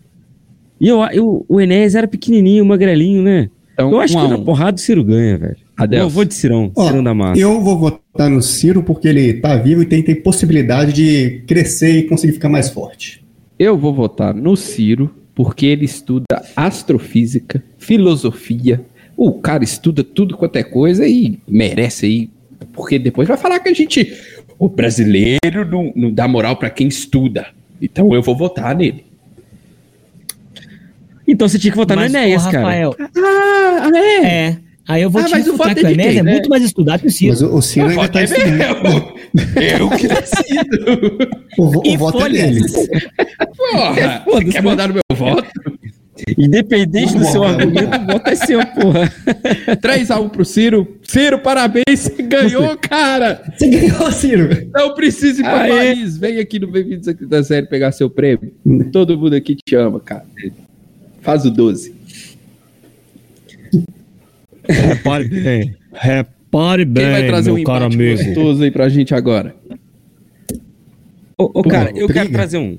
[SPEAKER 9] E eu, eu, o Enéas era pequenininho, magrelinho, né?
[SPEAKER 8] Então,
[SPEAKER 9] eu acho
[SPEAKER 8] um a
[SPEAKER 9] que na
[SPEAKER 8] um.
[SPEAKER 9] porrada o Ciro ganha, velho.
[SPEAKER 8] Adeus.
[SPEAKER 9] Eu vou de Cirão,
[SPEAKER 2] Ó,
[SPEAKER 9] Cirão da Massa.
[SPEAKER 2] Eu vou votar no Ciro porque ele tá vivo e tem, tem possibilidade de crescer e conseguir ficar mais forte.
[SPEAKER 8] Eu vou votar no Ciro, porque ele estuda astrofísica, filosofia. O cara estuda tudo quanto é coisa e merece aí. Porque depois vai falar que a gente. O brasileiro não, não dá moral pra quem estuda. Então eu vou votar nele.
[SPEAKER 9] Então você tinha que votar
[SPEAKER 7] Mas,
[SPEAKER 9] no Enéas,
[SPEAKER 7] ô,
[SPEAKER 9] cara.
[SPEAKER 7] Rafael,
[SPEAKER 8] Ah, é?
[SPEAKER 7] é. Aí eu vou
[SPEAKER 8] Ah,
[SPEAKER 7] te
[SPEAKER 8] mas o
[SPEAKER 7] refutar
[SPEAKER 8] voto
[SPEAKER 7] que
[SPEAKER 8] é
[SPEAKER 7] o
[SPEAKER 8] de
[SPEAKER 7] Enéas
[SPEAKER 8] quem,
[SPEAKER 7] é
[SPEAKER 8] né?
[SPEAKER 7] muito mais estudado que o Ciro.
[SPEAKER 2] Mas o, o Ciro
[SPEAKER 8] Eu
[SPEAKER 2] ainda
[SPEAKER 8] voto
[SPEAKER 2] tá
[SPEAKER 8] é
[SPEAKER 2] estudando.
[SPEAKER 8] meu. Eu que decido.
[SPEAKER 2] O, vo- o voto é dele. É,
[SPEAKER 8] Porra, você quer mandar no meu voto?
[SPEAKER 2] né?
[SPEAKER 9] Independente do seu argumento, o voto é seu, porra.
[SPEAKER 8] 3x1 pro Ciro. Ciro, parabéns, você ganhou, cara!
[SPEAKER 2] Você ganhou, Ciro.
[SPEAKER 8] Não precisa ir pra
[SPEAKER 9] Aê.
[SPEAKER 8] Paris. Vem aqui no Bem-vindos aqui da série pegar seu prêmio. Todo mundo aqui te ama, cara. Faz o 12.
[SPEAKER 12] Repare bem. Repare bem,
[SPEAKER 8] Quem vai trazer
[SPEAKER 12] meu
[SPEAKER 8] um
[SPEAKER 12] caro
[SPEAKER 8] empate
[SPEAKER 12] amigo.
[SPEAKER 8] gostoso aí pra gente agora?
[SPEAKER 9] Ô, ô, cara, eu quero
[SPEAKER 2] briga.
[SPEAKER 9] trazer um.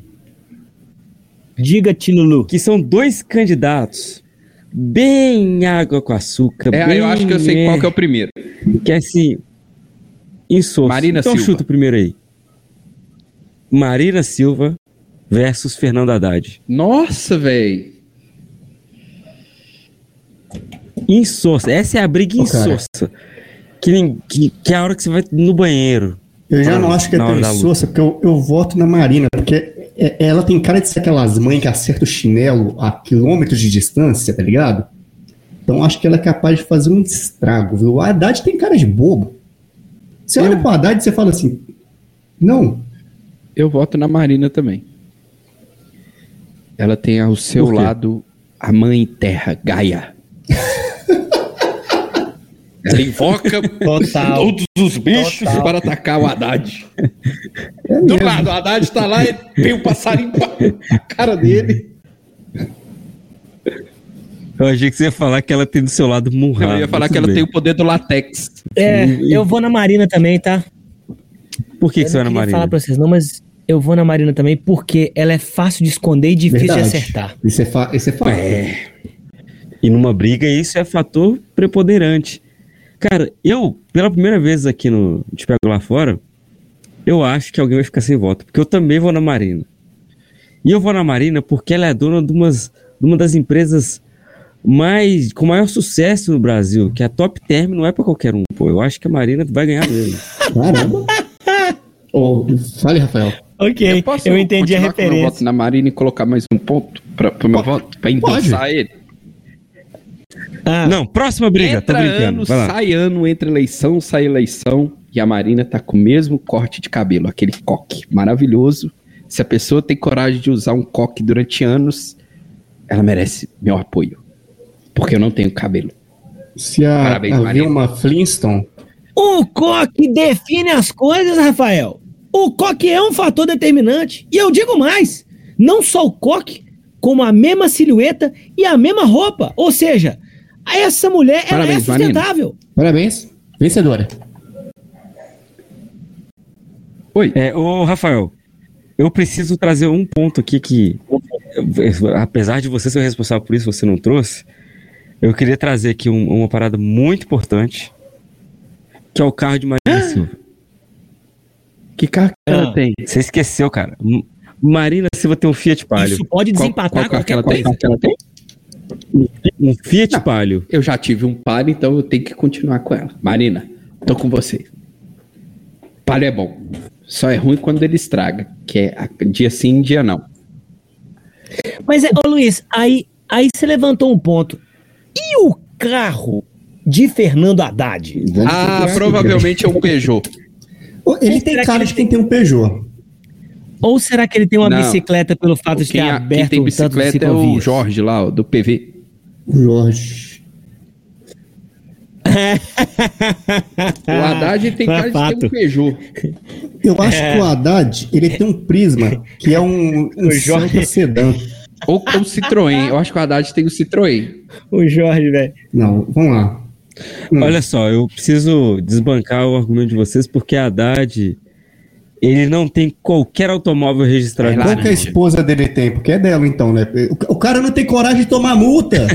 [SPEAKER 7] Diga, Tilulu.
[SPEAKER 9] Que são dois candidatos bem água com açúcar.
[SPEAKER 8] É,
[SPEAKER 9] bem,
[SPEAKER 8] eu acho que eu sei
[SPEAKER 9] é,
[SPEAKER 8] qual que é o primeiro.
[SPEAKER 9] Que é assim. Insosso.
[SPEAKER 8] Marina
[SPEAKER 9] então
[SPEAKER 8] Silva.
[SPEAKER 9] chuta o primeiro aí. Marina Silva versus Fernando Haddad.
[SPEAKER 8] Nossa, velho.
[SPEAKER 9] Insossa. Essa é a briga
[SPEAKER 2] Ô, cara.
[SPEAKER 9] insossa. Que, nem- que, que é a hora que você vai no banheiro.
[SPEAKER 2] Eu já não acho que é
[SPEAKER 9] Na hora
[SPEAKER 2] tão
[SPEAKER 9] da luta.
[SPEAKER 2] insossa, porque eu, eu voto na Marina, porque é- ela tem cara de ser aquelas mães que acerta o chinelo a quilômetros de distância, tá ligado? Então acho que ela é capaz de fazer um estrago, viu? O Haddad tem cara de bobo. Você olha pro Haddad e você fala assim, não,
[SPEAKER 8] Eu voto na Marina também. Ela tem ao seu
[SPEAKER 9] Por quê?
[SPEAKER 8] lado a mãe terra, Gaia. Você invoca todos os bichos para atacar o Haddad.
[SPEAKER 7] É
[SPEAKER 8] Do lado, o Haddad tá lá e tem o passarinho pra a cara dele.
[SPEAKER 9] Eu achei que você ia falar que ela tem do seu lado
[SPEAKER 7] Ah,
[SPEAKER 9] murrado.
[SPEAKER 8] Eu ia falar que ela tem o poder do latex.
[SPEAKER 7] É, eu vou na Marina também, tá?
[SPEAKER 9] Por que, que você vai na
[SPEAKER 7] não queria
[SPEAKER 9] Marina?
[SPEAKER 7] falar pra vocês não, mas eu vou na Marina também porque ela é fácil de esconder e difícil
[SPEAKER 2] Verdade.
[SPEAKER 7] de acertar.
[SPEAKER 2] Isso é, fa isso é fato.
[SPEAKER 9] E numa briga, isso é fator preponderante. Cara, eu, pela primeira vez aqui no Te Pego Lá Fora, eu acho que alguém vai ficar sem voto, porque eu também vou na Marina. E eu vou na Marina porque ela é dona de, umas, de uma das empresas mais com maior sucesso no Brasil, que a Top Term não é pra qualquer um, pô. Eu acho que a Marina vai ganhar mesmo.
[SPEAKER 2] Caramba. Ô, fale, Rafael.
[SPEAKER 7] Ok, eu,
[SPEAKER 8] posso
[SPEAKER 7] entendi a
[SPEAKER 8] continuar com o meu
[SPEAKER 7] referência.
[SPEAKER 8] voto na Marina e colocar mais um ponto pra- pro meu voto? Pra endossar ele?
[SPEAKER 7] Ah,
[SPEAKER 9] Não, próxima briga,
[SPEAKER 8] Entra
[SPEAKER 9] tá brincando.
[SPEAKER 8] ano,
[SPEAKER 9] vai lá.
[SPEAKER 8] sai ano, entra eleição, sai eleição. E a Marina tá com o mesmo corte de cabelo, aquele coque maravilhoso. Se a pessoa tem coragem de usar um coque durante anos, ela merece meu apoio. Porque eu não tenho cabelo.
[SPEAKER 2] Se a,
[SPEAKER 8] Parabéns,
[SPEAKER 2] a
[SPEAKER 8] Marina.
[SPEAKER 2] Vilma Flintstone
[SPEAKER 7] O coque define as coisas, Rafael. O coque é um fator determinante. E eu digo mais: não só o coque, como a mesma silhueta e a mesma roupa. Ou seja, essa mulher ela é
[SPEAKER 8] Parabéns, Marina.
[SPEAKER 7] sustentável.
[SPEAKER 2] Parabéns, vencedora.
[SPEAKER 8] Oi.
[SPEAKER 9] É, ô Rafael, eu preciso trazer um ponto aqui que, eh, apesar de você ser o responsável por isso, você não trouxe. Eu queria trazer aqui um- uma parada muito importante, que é o carro de Marina Silva.
[SPEAKER 8] Que carro que Ah, ela
[SPEAKER 7] Ah.
[SPEAKER 8] tem?
[SPEAKER 9] Você esqueceu, cara. M- Marina Silva tem um Fiat Palio.
[SPEAKER 7] Isso pode
[SPEAKER 8] Qual-
[SPEAKER 7] desempatar
[SPEAKER 8] qual carro que é
[SPEAKER 7] qualquer coisa.
[SPEAKER 8] ela tem? Qual carro que ela tem?
[SPEAKER 9] Um Fiat Palio.
[SPEAKER 8] Eu já tive um palio, então eu tenho que continuar com ela. Marina, tô com você. Palio é bom. Só é ruim quando ele estraga, que é a- dia sim, dia não.
[SPEAKER 7] Mas, é, ô Luiz, aí, aí você levantou um ponto. E o carro de Fernando Haddad?
[SPEAKER 2] Vamos
[SPEAKER 8] Ah,
[SPEAKER 2] procurar.
[SPEAKER 8] provavelmente é um Peugeot.
[SPEAKER 2] Ô, Ele tem cara de quem tem um Peugeot.
[SPEAKER 7] Ou será que ele tem uma
[SPEAKER 8] Não.
[SPEAKER 7] bicicleta pelo fato de ter
[SPEAKER 8] Quem, a- quem
[SPEAKER 7] aberto
[SPEAKER 8] tem
[SPEAKER 7] um tanto de
[SPEAKER 8] bicicleta é
[SPEAKER 7] ciclovias?
[SPEAKER 8] o Jorge lá, ó, do PV.
[SPEAKER 2] Jorge.
[SPEAKER 8] O Haddad tem
[SPEAKER 7] Não é
[SPEAKER 8] cara de ter
[SPEAKER 7] fato.
[SPEAKER 8] um Peugeot.
[SPEAKER 2] Eu acho
[SPEAKER 8] É.
[SPEAKER 2] que o Haddad, ele tem um Prisma, que é um, um Celta sedã.
[SPEAKER 8] Ou ou o Citroën. Eu acho que o Haddad tem o Citroën.
[SPEAKER 7] O Jorge, velho.
[SPEAKER 2] Não, vamos lá. Hum.
[SPEAKER 9] Olha só, eu preciso desbancar o argumento de vocês, porque a Haddad, ele não tem qualquer automóvel registrado.
[SPEAKER 8] Vai lá,
[SPEAKER 2] Qual que a esposa dele tem? Porque é dela, então, né? O, o cara não tem coragem de tomar multa.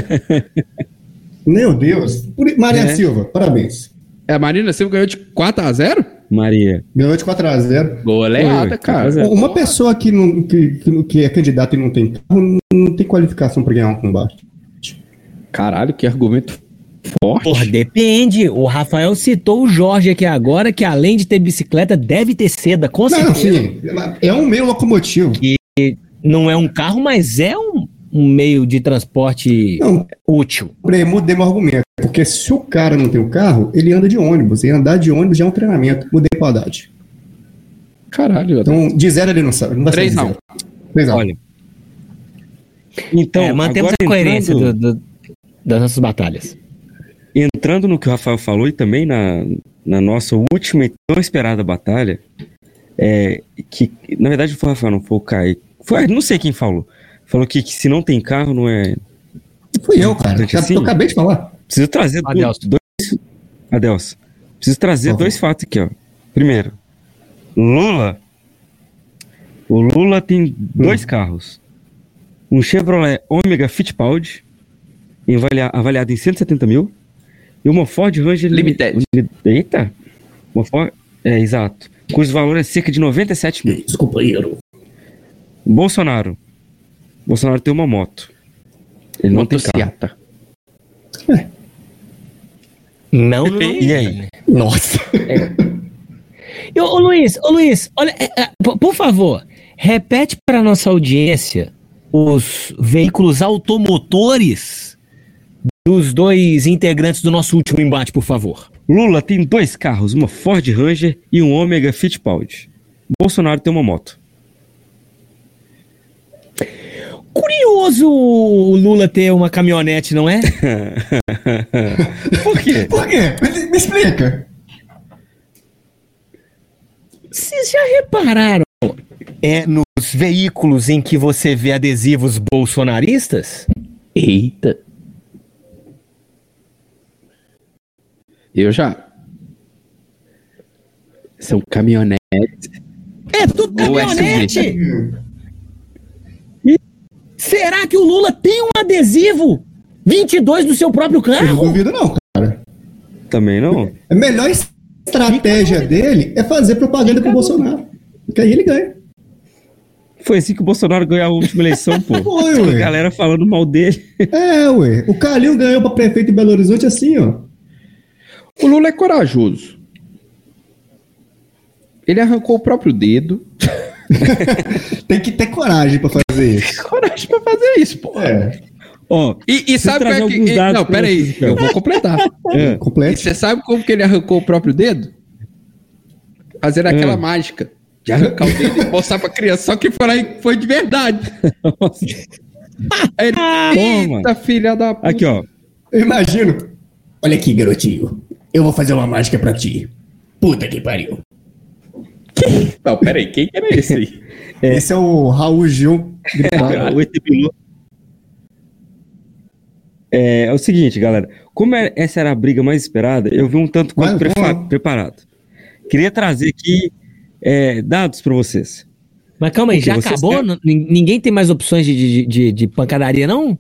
[SPEAKER 2] Meu Deus. Por- Maria Silva, parabéns.
[SPEAKER 8] É, a Marina Silva ganhou de 4x0?
[SPEAKER 9] Maria.
[SPEAKER 2] Ganhou de 4 a 0
[SPEAKER 8] Goleada, cara.
[SPEAKER 9] Foi, 4
[SPEAKER 7] É.
[SPEAKER 9] a 0.
[SPEAKER 2] Uma pessoa que, não, que, que, não- que é candidata e não tem carro, não- não tem qualificação para ganhar um combate.
[SPEAKER 8] Caralho, que argumento forte.
[SPEAKER 7] Porra, depende. O Rafael citou o Jorge aqui agora, que além de ter bicicleta, deve ter seda, com
[SPEAKER 2] Não,
[SPEAKER 7] certeza.
[SPEAKER 2] sim, é um meio locomotivo.
[SPEAKER 7] Não é um carro, mas é um, um meio de transporte
[SPEAKER 2] Não,
[SPEAKER 7] útil.
[SPEAKER 2] Porém, mudei meu argumento. Porque se o cara não tem o carro, ele anda de ônibus. E andar de ônibus já é um treinamento. Mudei pra Haddad.
[SPEAKER 8] Caralho, Haddad.
[SPEAKER 2] Então, de zero ele não sabe. Não vai
[SPEAKER 8] Três
[SPEAKER 2] sair de
[SPEAKER 8] não.
[SPEAKER 2] zero. Três não.
[SPEAKER 9] Olha. Então,
[SPEAKER 7] é, mantemos
[SPEAKER 9] agora
[SPEAKER 7] a coerência
[SPEAKER 9] entrando-
[SPEAKER 7] do- do- das nossas batalhas.
[SPEAKER 9] entrando no que o Rafael falou e também na, na nossa última e tão esperada batalha, é, que na verdade não foi o Rafael, não foi o Kai. Foi, não sei quem falou. Falou que, que se não tem carro, não é.
[SPEAKER 2] Fui eu, cara. Já-
[SPEAKER 9] Assim?
[SPEAKER 2] Eu acabei de falar.
[SPEAKER 9] Preciso trazer du-
[SPEAKER 7] Adelso.
[SPEAKER 9] dois. Adelso. Preciso trazer
[SPEAKER 2] Por favor.
[SPEAKER 9] dois fatos aqui, ó. Primeiro, Lula. O Lula tem dois
[SPEAKER 2] Hum.
[SPEAKER 9] carros. Um Chevrolet Omega Fittipaldi, em avalia- avaliado em 170 mil, e uma Ford Ranger Limi-
[SPEAKER 8] Limited.
[SPEAKER 9] Limi- Eita! Uma Ford, é, exato. Cujo valor é cerca de 97 mil.
[SPEAKER 2] Desculpa, eu.
[SPEAKER 9] Bolsonaro. Bolsonaro tem uma moto. Ele não tem carro.
[SPEAKER 8] Motociata.
[SPEAKER 7] Não, não.
[SPEAKER 9] E aí?
[SPEAKER 2] Nossa.
[SPEAKER 7] É. E, Ô, ô, Luiz, ô Luiz, olha, é, é, po- por favor, repete para nossa audiência os veículos automotores dos dois integrantes do nosso último embate, por favor.
[SPEAKER 9] Lula tem dois carros, uma Ford Ranger e um Omega Fittipaldi. Bolsonaro tem uma moto.
[SPEAKER 7] curioso o Lula ter uma caminhonete, não é?
[SPEAKER 2] Por
[SPEAKER 8] É.
[SPEAKER 2] quê? Por quê? Me, me explica.
[SPEAKER 7] Vocês já repararam é, nos veículos em que você vê adesivos bolsonaristas?
[SPEAKER 8] Eita. Eu já. é um São caminhonetes.
[SPEAKER 7] É tudo
[SPEAKER 8] Ou
[SPEAKER 7] caminhonete! Será que o Lula tem um adesivo 22 do seu próprio
[SPEAKER 2] Eu não
[SPEAKER 7] carro?
[SPEAKER 2] duvido, não, cara.
[SPEAKER 9] Também não.
[SPEAKER 2] A melhor estratégia dele é fazer propaganda pro Bolsonaro. Porque aí ele ganha.
[SPEAKER 9] Foi assim que o Bolsonaro ganhou a última eleição, pô.
[SPEAKER 2] Foi,
[SPEAKER 9] a
[SPEAKER 2] ué.
[SPEAKER 9] galera falando mal dele.
[SPEAKER 2] É, ué. O Calil ganhou pra prefeito de Belo Horizonte assim, ó.
[SPEAKER 8] O Lula é corajoso. Ele arrancou o próprio dedo.
[SPEAKER 2] Tem que ter coragem pra fazer isso.
[SPEAKER 8] Coragem pra fazer isso, pô.
[SPEAKER 2] É.
[SPEAKER 9] Ó,
[SPEAKER 8] E, e
[SPEAKER 9] Deixa eu
[SPEAKER 8] sabe qual
[SPEAKER 9] trazer
[SPEAKER 8] é que.
[SPEAKER 9] alguns
[SPEAKER 8] e-
[SPEAKER 9] dados
[SPEAKER 8] Não,
[SPEAKER 9] pra
[SPEAKER 8] peraí,
[SPEAKER 9] vocês, então.
[SPEAKER 8] eu vou completar.
[SPEAKER 9] é,
[SPEAKER 8] E
[SPEAKER 2] Completo.
[SPEAKER 8] você sabe como que ele arrancou o próprio dedo?
[SPEAKER 9] É.
[SPEAKER 8] Fazendo aquela mágica de arrancar o dedo e mostrar pra criança. Só que foi, lá, foi de verdade. Aí ele,
[SPEAKER 9] Toma.
[SPEAKER 8] Eita, filha da puta.
[SPEAKER 9] aqui, ó.
[SPEAKER 2] Eu imagino. Olha aqui, garotinho. Eu vou fazer uma mágica pra ti. Puta que pariu.
[SPEAKER 8] Não, peraí, quem que era esse É aí?
[SPEAKER 2] Esse é o Raul Gil.
[SPEAKER 9] É, O ET Bilu. É, é o seguinte, galera. Como é- essa era a briga mais esperada, eu vi um tanto quanto
[SPEAKER 2] Vai,
[SPEAKER 9] prefa-
[SPEAKER 2] vamos lá.
[SPEAKER 9] preparado. Queria trazer aqui é, dados pra vocês.
[SPEAKER 4] Mas calma aí,
[SPEAKER 9] Porque
[SPEAKER 4] já
[SPEAKER 9] vocês
[SPEAKER 4] acabou?
[SPEAKER 9] querem-
[SPEAKER 4] N- nin- Ninguém tem mais opções de, de, de, de pancadaria, não?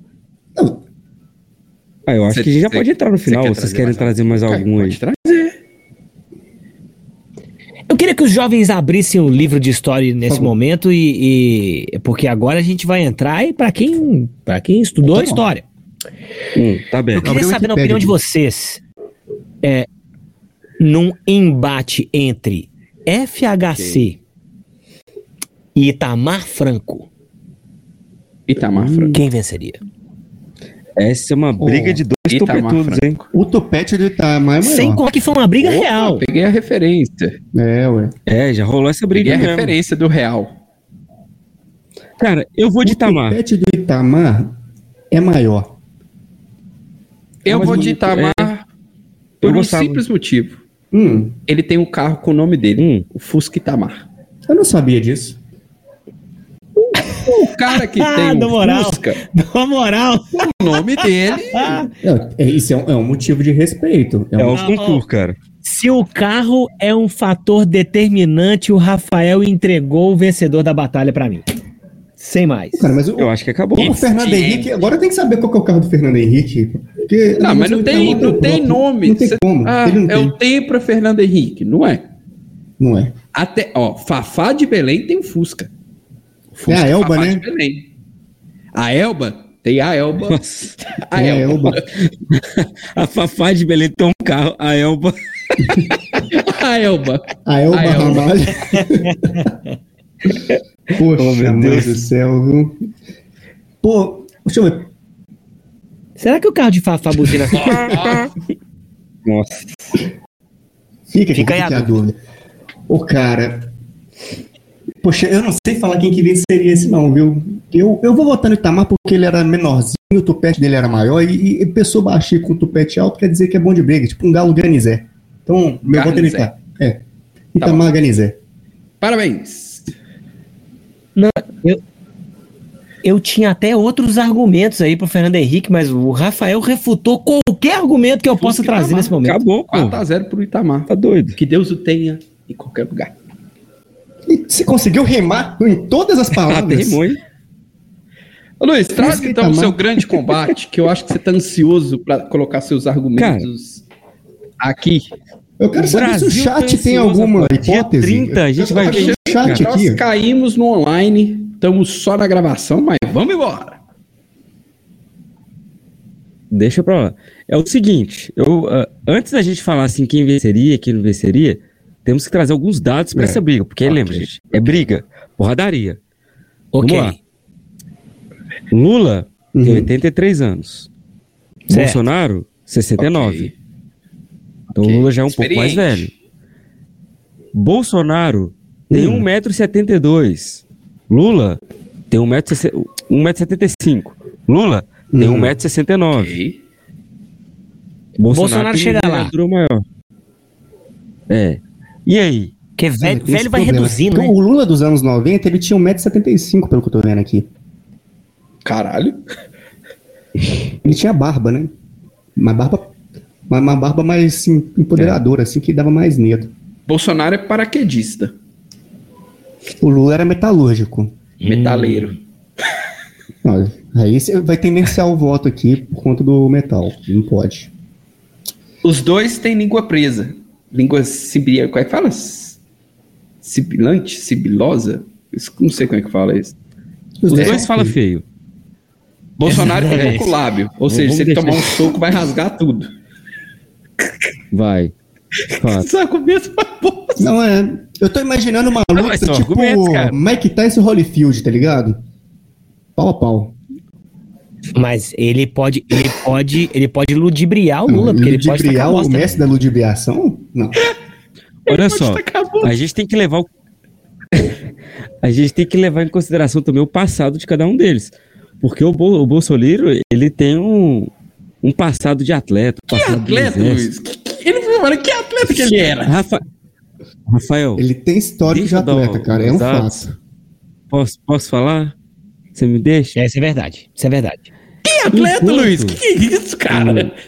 [SPEAKER 9] Ah, eu acho
[SPEAKER 8] Cê-
[SPEAKER 9] que a gente já
[SPEAKER 8] cê-
[SPEAKER 9] pode entrar no
[SPEAKER 8] cê
[SPEAKER 9] final.
[SPEAKER 8] quer
[SPEAKER 9] vocês
[SPEAKER 8] trazer
[SPEAKER 9] querem
[SPEAKER 8] mais
[SPEAKER 9] trazer mais algum aí?
[SPEAKER 8] Pode trazer.
[SPEAKER 4] Eu queria que os jovens abrissem o livro de história nesse momento e, e- porque agora a gente vai entrar e para quem para quem
[SPEAKER 7] Então,
[SPEAKER 4] estudou a história.
[SPEAKER 9] Hum, tá bem.
[SPEAKER 4] Eu queria
[SPEAKER 2] abriu o
[SPEAKER 4] saber
[SPEAKER 2] Wikipedia.
[SPEAKER 4] a opinião de vocês. É, num embate entre FHC e Itamar Franco,
[SPEAKER 8] Itamar
[SPEAKER 9] Hum.
[SPEAKER 8] Franco.
[SPEAKER 4] quem venceria?
[SPEAKER 9] Essa é uma briga de dois
[SPEAKER 8] Itamar
[SPEAKER 9] topetudos, hein?
[SPEAKER 2] O topete ele tá mais maior.
[SPEAKER 4] Sem contar que foi uma briga
[SPEAKER 8] Opa,
[SPEAKER 4] real.
[SPEAKER 8] Peguei a referência.
[SPEAKER 2] É, ué.
[SPEAKER 9] É, já rolou essa
[SPEAKER 8] Peguei
[SPEAKER 9] briga
[SPEAKER 8] a
[SPEAKER 9] mesmo.
[SPEAKER 8] referência do real.
[SPEAKER 9] Cara, eu vou
[SPEAKER 2] O
[SPEAKER 9] de Itamar.
[SPEAKER 2] topete do Itamar é maior.
[SPEAKER 8] Eu
[SPEAKER 9] Ah, Mas
[SPEAKER 8] vou de
[SPEAKER 9] bonito, É.
[SPEAKER 8] Itamar
[SPEAKER 9] Eu
[SPEAKER 8] por um
[SPEAKER 9] gostava.
[SPEAKER 8] simples motivo.
[SPEAKER 2] Hum,
[SPEAKER 8] Ele tem um carro com o nome dele,
[SPEAKER 9] Hum.
[SPEAKER 8] o Fusca Itamar.
[SPEAKER 2] eu não sabia disso.
[SPEAKER 8] O cara que
[SPEAKER 9] Ah,
[SPEAKER 8] tem
[SPEAKER 7] Na
[SPEAKER 8] um
[SPEAKER 7] moral.
[SPEAKER 8] Fusca,
[SPEAKER 7] Na moral.
[SPEAKER 8] o nome dele
[SPEAKER 2] É, é, Isso é um, é um motivo de respeito. É
[SPEAKER 9] É
[SPEAKER 2] um-
[SPEAKER 9] o concurso, cara.
[SPEAKER 7] Se o carro é um fator determinante, o Rafael entregou o vencedor da batalha pra mim. Sem mais.
[SPEAKER 9] um
[SPEAKER 2] Cara, mas o,
[SPEAKER 9] Eu acho que acabou.
[SPEAKER 2] o Fernando Henrique. Agora tem que saber qual que é o carro do Fernando Henrique. Porque é
[SPEAKER 8] Não, mas não tem, não tem nome.
[SPEAKER 2] Não tem
[SPEAKER 8] Cê-
[SPEAKER 2] como.
[SPEAKER 8] Ah,
[SPEAKER 2] ele não
[SPEAKER 8] é
[SPEAKER 2] tem.
[SPEAKER 8] o Tempra Fernando Henrique, não é?
[SPEAKER 2] Não é.
[SPEAKER 8] Até, ó, Fafá de Belém tem o Fusca. O Fusca
[SPEAKER 2] É a Elba,
[SPEAKER 8] Fafá
[SPEAKER 2] né?
[SPEAKER 8] de Belém. A Elba tem a Elba.
[SPEAKER 9] Nossa.
[SPEAKER 8] A
[SPEAKER 2] é,
[SPEAKER 8] Elba.
[SPEAKER 2] Elba.
[SPEAKER 9] A Fafá de Belém tem um carro, a Elba.
[SPEAKER 8] A Elba.
[SPEAKER 2] A Elba
[SPEAKER 8] A Elba.
[SPEAKER 2] Ramalho. Poxa,
[SPEAKER 9] Oh, meu
[SPEAKER 2] meu
[SPEAKER 9] Deus.
[SPEAKER 2] Deus do céu, viu? Pô, deixa eu ver.
[SPEAKER 7] Será que o carro de Fafá buzina?
[SPEAKER 9] Nossa.
[SPEAKER 2] Fica, aqui,
[SPEAKER 4] Fica aí
[SPEAKER 2] fica
[SPEAKER 4] a
[SPEAKER 2] a dúvida. O cara. Poxa, eu não sei falar quem que venceria esse, não, viu? Eu, eu vou votar no Itamar porque ele era menorzinho, o tupete dele era maior, e, e pessoa baixinha com tupete alto quer dizer que é bom de briga, tipo um galo granizé. Então, meu voto é no
[SPEAKER 8] Garnizé.
[SPEAKER 2] Itamar.
[SPEAKER 9] Tá
[SPEAKER 2] É. Itamar Ganizé.
[SPEAKER 8] Parabéns.
[SPEAKER 4] Eu tinha até outros argumentos aí pro Fernando Henrique, mas o Rafael refutou qualquer argumento que eu possa
[SPEAKER 8] Fusca
[SPEAKER 4] trazer
[SPEAKER 8] Itamar.
[SPEAKER 4] nesse momento.
[SPEAKER 9] Acabou, pô.
[SPEAKER 8] 4x0 pro Itamar.
[SPEAKER 9] Tá doido.
[SPEAKER 8] Que Deus o tenha em qualquer lugar.
[SPEAKER 2] E Você conseguiu rimar em todas
[SPEAKER 9] Ah,
[SPEAKER 2] as
[SPEAKER 9] Até
[SPEAKER 2] palavras?
[SPEAKER 9] rimou, hein?
[SPEAKER 8] Ô, Luiz, traz
[SPEAKER 2] Fusca
[SPEAKER 8] então o
[SPEAKER 2] Itamar.
[SPEAKER 8] seu grande combate, que eu acho que você tá ansioso pra colocar seus argumentos aqui.
[SPEAKER 2] eu quero saber se o
[SPEAKER 9] Brasil
[SPEAKER 2] chat
[SPEAKER 9] tá
[SPEAKER 2] tem
[SPEAKER 9] ansioso,
[SPEAKER 2] alguma
[SPEAKER 9] rapaz. Dia
[SPEAKER 2] hipótese.
[SPEAKER 9] 30, a gente
[SPEAKER 2] Eu
[SPEAKER 9] vai
[SPEAKER 2] achei
[SPEAKER 9] ver.
[SPEAKER 2] o chat
[SPEAKER 8] Cara,
[SPEAKER 2] aqui.
[SPEAKER 8] Nós caímos no online, estamos só na gravação, mas vamos embora.
[SPEAKER 9] Deixa pra lá. É o seguinte, eu, ah, antes da gente falar assim quem venceria, quem não venceria, temos que trazer alguns dados pra essa briga, porque lembra, gente, é briga, porradaria.
[SPEAKER 4] Ok.
[SPEAKER 9] Vamos lá. Lula tem
[SPEAKER 2] Uhum.
[SPEAKER 9] 83 anos.
[SPEAKER 4] Certo.
[SPEAKER 9] Bolsonaro, 69.
[SPEAKER 8] Ok.
[SPEAKER 9] Então
[SPEAKER 8] Ok.
[SPEAKER 9] o Lula já é um pouco mais
[SPEAKER 8] Experiente.
[SPEAKER 9] velho. Uhum. um Bolsonaro tem 1,72m. Lula tem 1,60m. 1,75m. Lula tem 1,69m.
[SPEAKER 7] Bolsonaro chega lá.
[SPEAKER 9] Maior. É. E aí?
[SPEAKER 7] Porque
[SPEAKER 2] Cara, tem esse problema.
[SPEAKER 7] né?
[SPEAKER 2] Então, O Lula dos anos 90, ele tinha 1,75m, pelo que eu tô vendo aqui.
[SPEAKER 8] Caralho.
[SPEAKER 2] Ele tinha barba, né? Uma barba, uma, uma barba mais assim, empoderadora, assim, que dava mais medo.
[SPEAKER 8] Bolsonaro é paraquedista.
[SPEAKER 2] O Lula era metalúrgico.
[SPEAKER 9] Hum.
[SPEAKER 8] Metaleiro.
[SPEAKER 2] Não, aí cê vai tendenciar o voto aqui por conta do metal. Não pode.
[SPEAKER 8] Os dois têm língua presa. Língua sibia. Como é que fala? S- Sibilante? Sibilosa? Isso- Não sei como é que fala isso.
[SPEAKER 9] Os
[SPEAKER 2] Né?
[SPEAKER 8] É.
[SPEAKER 9] dois falam feio.
[SPEAKER 8] Bolsonaro
[SPEAKER 9] É.
[SPEAKER 8] é pouco lábio. Ou
[SPEAKER 9] Não,
[SPEAKER 8] seja, se
[SPEAKER 9] vamos
[SPEAKER 8] ele
[SPEAKER 9] deixar
[SPEAKER 8] tomar um
[SPEAKER 9] isso.
[SPEAKER 8] soco, vai rasgar tudo.
[SPEAKER 9] Vai. Fato.
[SPEAKER 8] Só começa
[SPEAKER 2] Não, é. Eu tô imaginando uma
[SPEAKER 9] Não,
[SPEAKER 2] luta
[SPEAKER 9] mas são
[SPEAKER 2] tipo
[SPEAKER 9] argumentos, cara.
[SPEAKER 2] Mike Tyson e Holyfield, tá ligado? Pau a pau.
[SPEAKER 7] Mas ele pode, ele pode, ele pode ludibriar o Lula, porque ele pode
[SPEAKER 2] Ludibriar
[SPEAKER 7] tacar
[SPEAKER 2] o
[SPEAKER 7] bosta. né?
[SPEAKER 2] mestre da ludibriação? Não.
[SPEAKER 9] Olha só, a gente tem que levar o... a gente tem que levar em consideração também o passado de cada um deles, porque o, Bol o Bolsonaro ele tem um, um passado de atleta, um
[SPEAKER 8] Que
[SPEAKER 9] passado de
[SPEAKER 8] atleta, Luiz? Que, que- ele foi, mano, que atleta que ele era?
[SPEAKER 9] Rafa- Rafael,
[SPEAKER 2] Ele tem histórico de
[SPEAKER 9] Deixa eu dar
[SPEAKER 2] atleta,
[SPEAKER 9] um-
[SPEAKER 2] cara. É um
[SPEAKER 9] uns dados.
[SPEAKER 2] fato.
[SPEAKER 9] posso, posso falar? Você me deixa?
[SPEAKER 7] É, isso é verdade. Isso é verdade.
[SPEAKER 8] Que atleta,
[SPEAKER 9] Enquanto-
[SPEAKER 8] Luiz? Que que é isso, cara?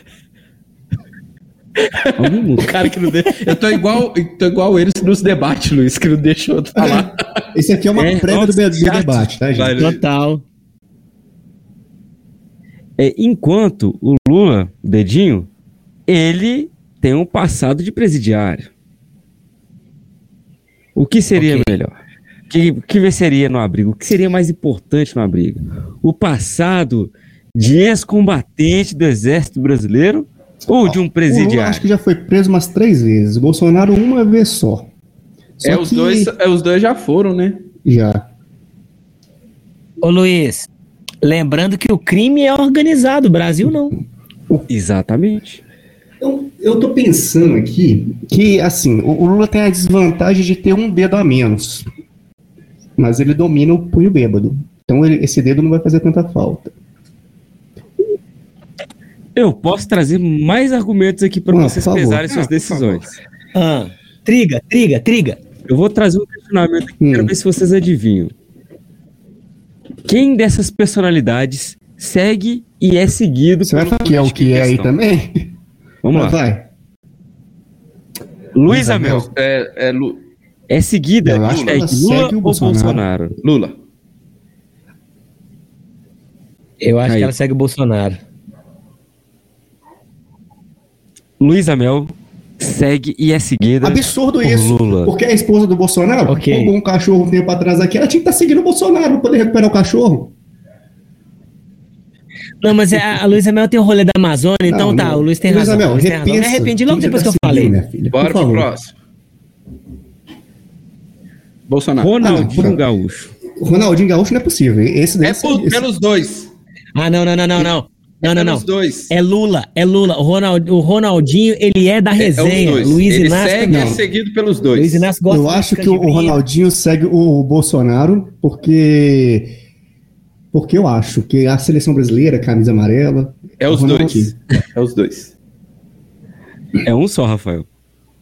[SPEAKER 9] Algum mundo.
[SPEAKER 8] O cara que não deixa. Eu tô igual, eu tô igual eles nos debates, Luiz, que não deixa eu falar.
[SPEAKER 2] Esse aqui é uma
[SPEAKER 9] É,
[SPEAKER 2] prévia do,
[SPEAKER 9] nossa,
[SPEAKER 2] do debate, tá, gente?
[SPEAKER 10] Vai, Luiz.
[SPEAKER 7] Total.
[SPEAKER 9] É, enquanto o Lula, o dedinho, ele tem um passado de presidiário. O que seria melhor? O que, o que venceria no abrigo? O que seria mais importante no abrigo? O passado de ex-combatente do Exército Brasileiro ou de
[SPEAKER 2] Ah, O
[SPEAKER 9] um
[SPEAKER 2] Lula
[SPEAKER 9] presidiário?
[SPEAKER 2] acho que já foi preso umas três vezes. O Bolsonaro uma vez só. Só
[SPEAKER 8] É, os
[SPEAKER 2] que-
[SPEAKER 8] dois, é, os dois já foram, né?
[SPEAKER 2] Já.
[SPEAKER 7] Ô Luiz, lembrando que o crime é organizado, o Brasil não.
[SPEAKER 9] Exatamente.
[SPEAKER 2] Eu, eu tô pensando aqui que, assim, o, o Lula tem a desvantagem de ter um dedo a menos. Mas ele domina o punho bêbado. Então ele- esse dedo não vai fazer tanta falta.
[SPEAKER 9] Eu posso trazer mais argumentos aqui para
[SPEAKER 2] Não,
[SPEAKER 9] vocês
[SPEAKER 2] por favor.
[SPEAKER 9] pesarem suas
[SPEAKER 8] Não, por
[SPEAKER 9] decisões.
[SPEAKER 7] Ah, triga, triga, triga.
[SPEAKER 9] Eu vou trazer um questionamento aqui,
[SPEAKER 2] Hum.
[SPEAKER 9] quero ver se vocês adivinham. Quem dessas personalidades segue e é seguido
[SPEAKER 2] Você vai
[SPEAKER 9] pelo
[SPEAKER 2] falar que é o
[SPEAKER 9] político em
[SPEAKER 2] que é aí
[SPEAKER 9] questão?
[SPEAKER 2] também?
[SPEAKER 9] Vamos lá.
[SPEAKER 2] Vai.
[SPEAKER 9] Luiz Amel
[SPEAKER 8] É, é Lu-
[SPEAKER 9] é seguida
[SPEAKER 2] Eu acho que ela
[SPEAKER 9] hashtag Lula
[SPEAKER 2] segue o
[SPEAKER 9] ou
[SPEAKER 2] Bolsonaro.
[SPEAKER 9] Bolsonaro?
[SPEAKER 8] Lula.
[SPEAKER 7] Eu acho
[SPEAKER 9] Aí.
[SPEAKER 7] que ela segue o Bolsonaro.
[SPEAKER 9] Luiz Amel segue e é seguida.
[SPEAKER 2] Absurdo
[SPEAKER 9] por
[SPEAKER 2] isso.
[SPEAKER 9] Lula.
[SPEAKER 2] Porque é a esposa do Bolsonaro
[SPEAKER 7] Ok.
[SPEAKER 2] roubou um cachorro um tempo atrás aqui. Ela tinha que estar seguindo o Bolsonaro pra poder recuperar o cachorro.
[SPEAKER 7] Não, mas é, a, a Luísa Mel tem o rolê da Amazônia, então
[SPEAKER 2] Não,
[SPEAKER 7] tá,
[SPEAKER 2] não.
[SPEAKER 7] o Luiz tem
[SPEAKER 2] Luísa
[SPEAKER 7] razão.
[SPEAKER 2] Mel,
[SPEAKER 7] o Luiz tem razão. Eu Me
[SPEAKER 2] repensa
[SPEAKER 7] arrependi logo
[SPEAKER 2] tudo que
[SPEAKER 7] depois que
[SPEAKER 2] tá
[SPEAKER 7] eu falei.
[SPEAKER 2] seguindo, minha filha.
[SPEAKER 8] Bora
[SPEAKER 2] Por
[SPEAKER 8] pro
[SPEAKER 2] favor.
[SPEAKER 8] próximo. Bolsonaro.
[SPEAKER 9] Ronaldinho
[SPEAKER 2] Ah, não.
[SPEAKER 9] Gaúcho.
[SPEAKER 2] Ronaldinho Gaúcho não é possível. Esse daí
[SPEAKER 8] É por-
[SPEAKER 2] esse-
[SPEAKER 8] pelos dois.
[SPEAKER 7] Ah, não, não, não, não, não. Não, não,
[SPEAKER 8] pelos
[SPEAKER 7] não.
[SPEAKER 8] dois.
[SPEAKER 7] É Lula, é Lula. O, Ronald- o Ronaldinho, ele é da resenha. Luiz
[SPEAKER 8] Ele
[SPEAKER 7] Inácio,
[SPEAKER 8] segue e é
[SPEAKER 7] não.
[SPEAKER 8] seguido pelos dois.
[SPEAKER 7] Luiz Inácio gosta
[SPEAKER 2] eu
[SPEAKER 7] de
[SPEAKER 2] acho que o,
[SPEAKER 7] canjibinha.
[SPEAKER 2] Ronaldinho segue o Bolsonaro porque porque eu acho que a seleção brasileira, camisa amarela,
[SPEAKER 8] É
[SPEAKER 2] o
[SPEAKER 8] os dois.
[SPEAKER 2] Ronaldinho.
[SPEAKER 8] É os dois.
[SPEAKER 9] É um só, Rafael.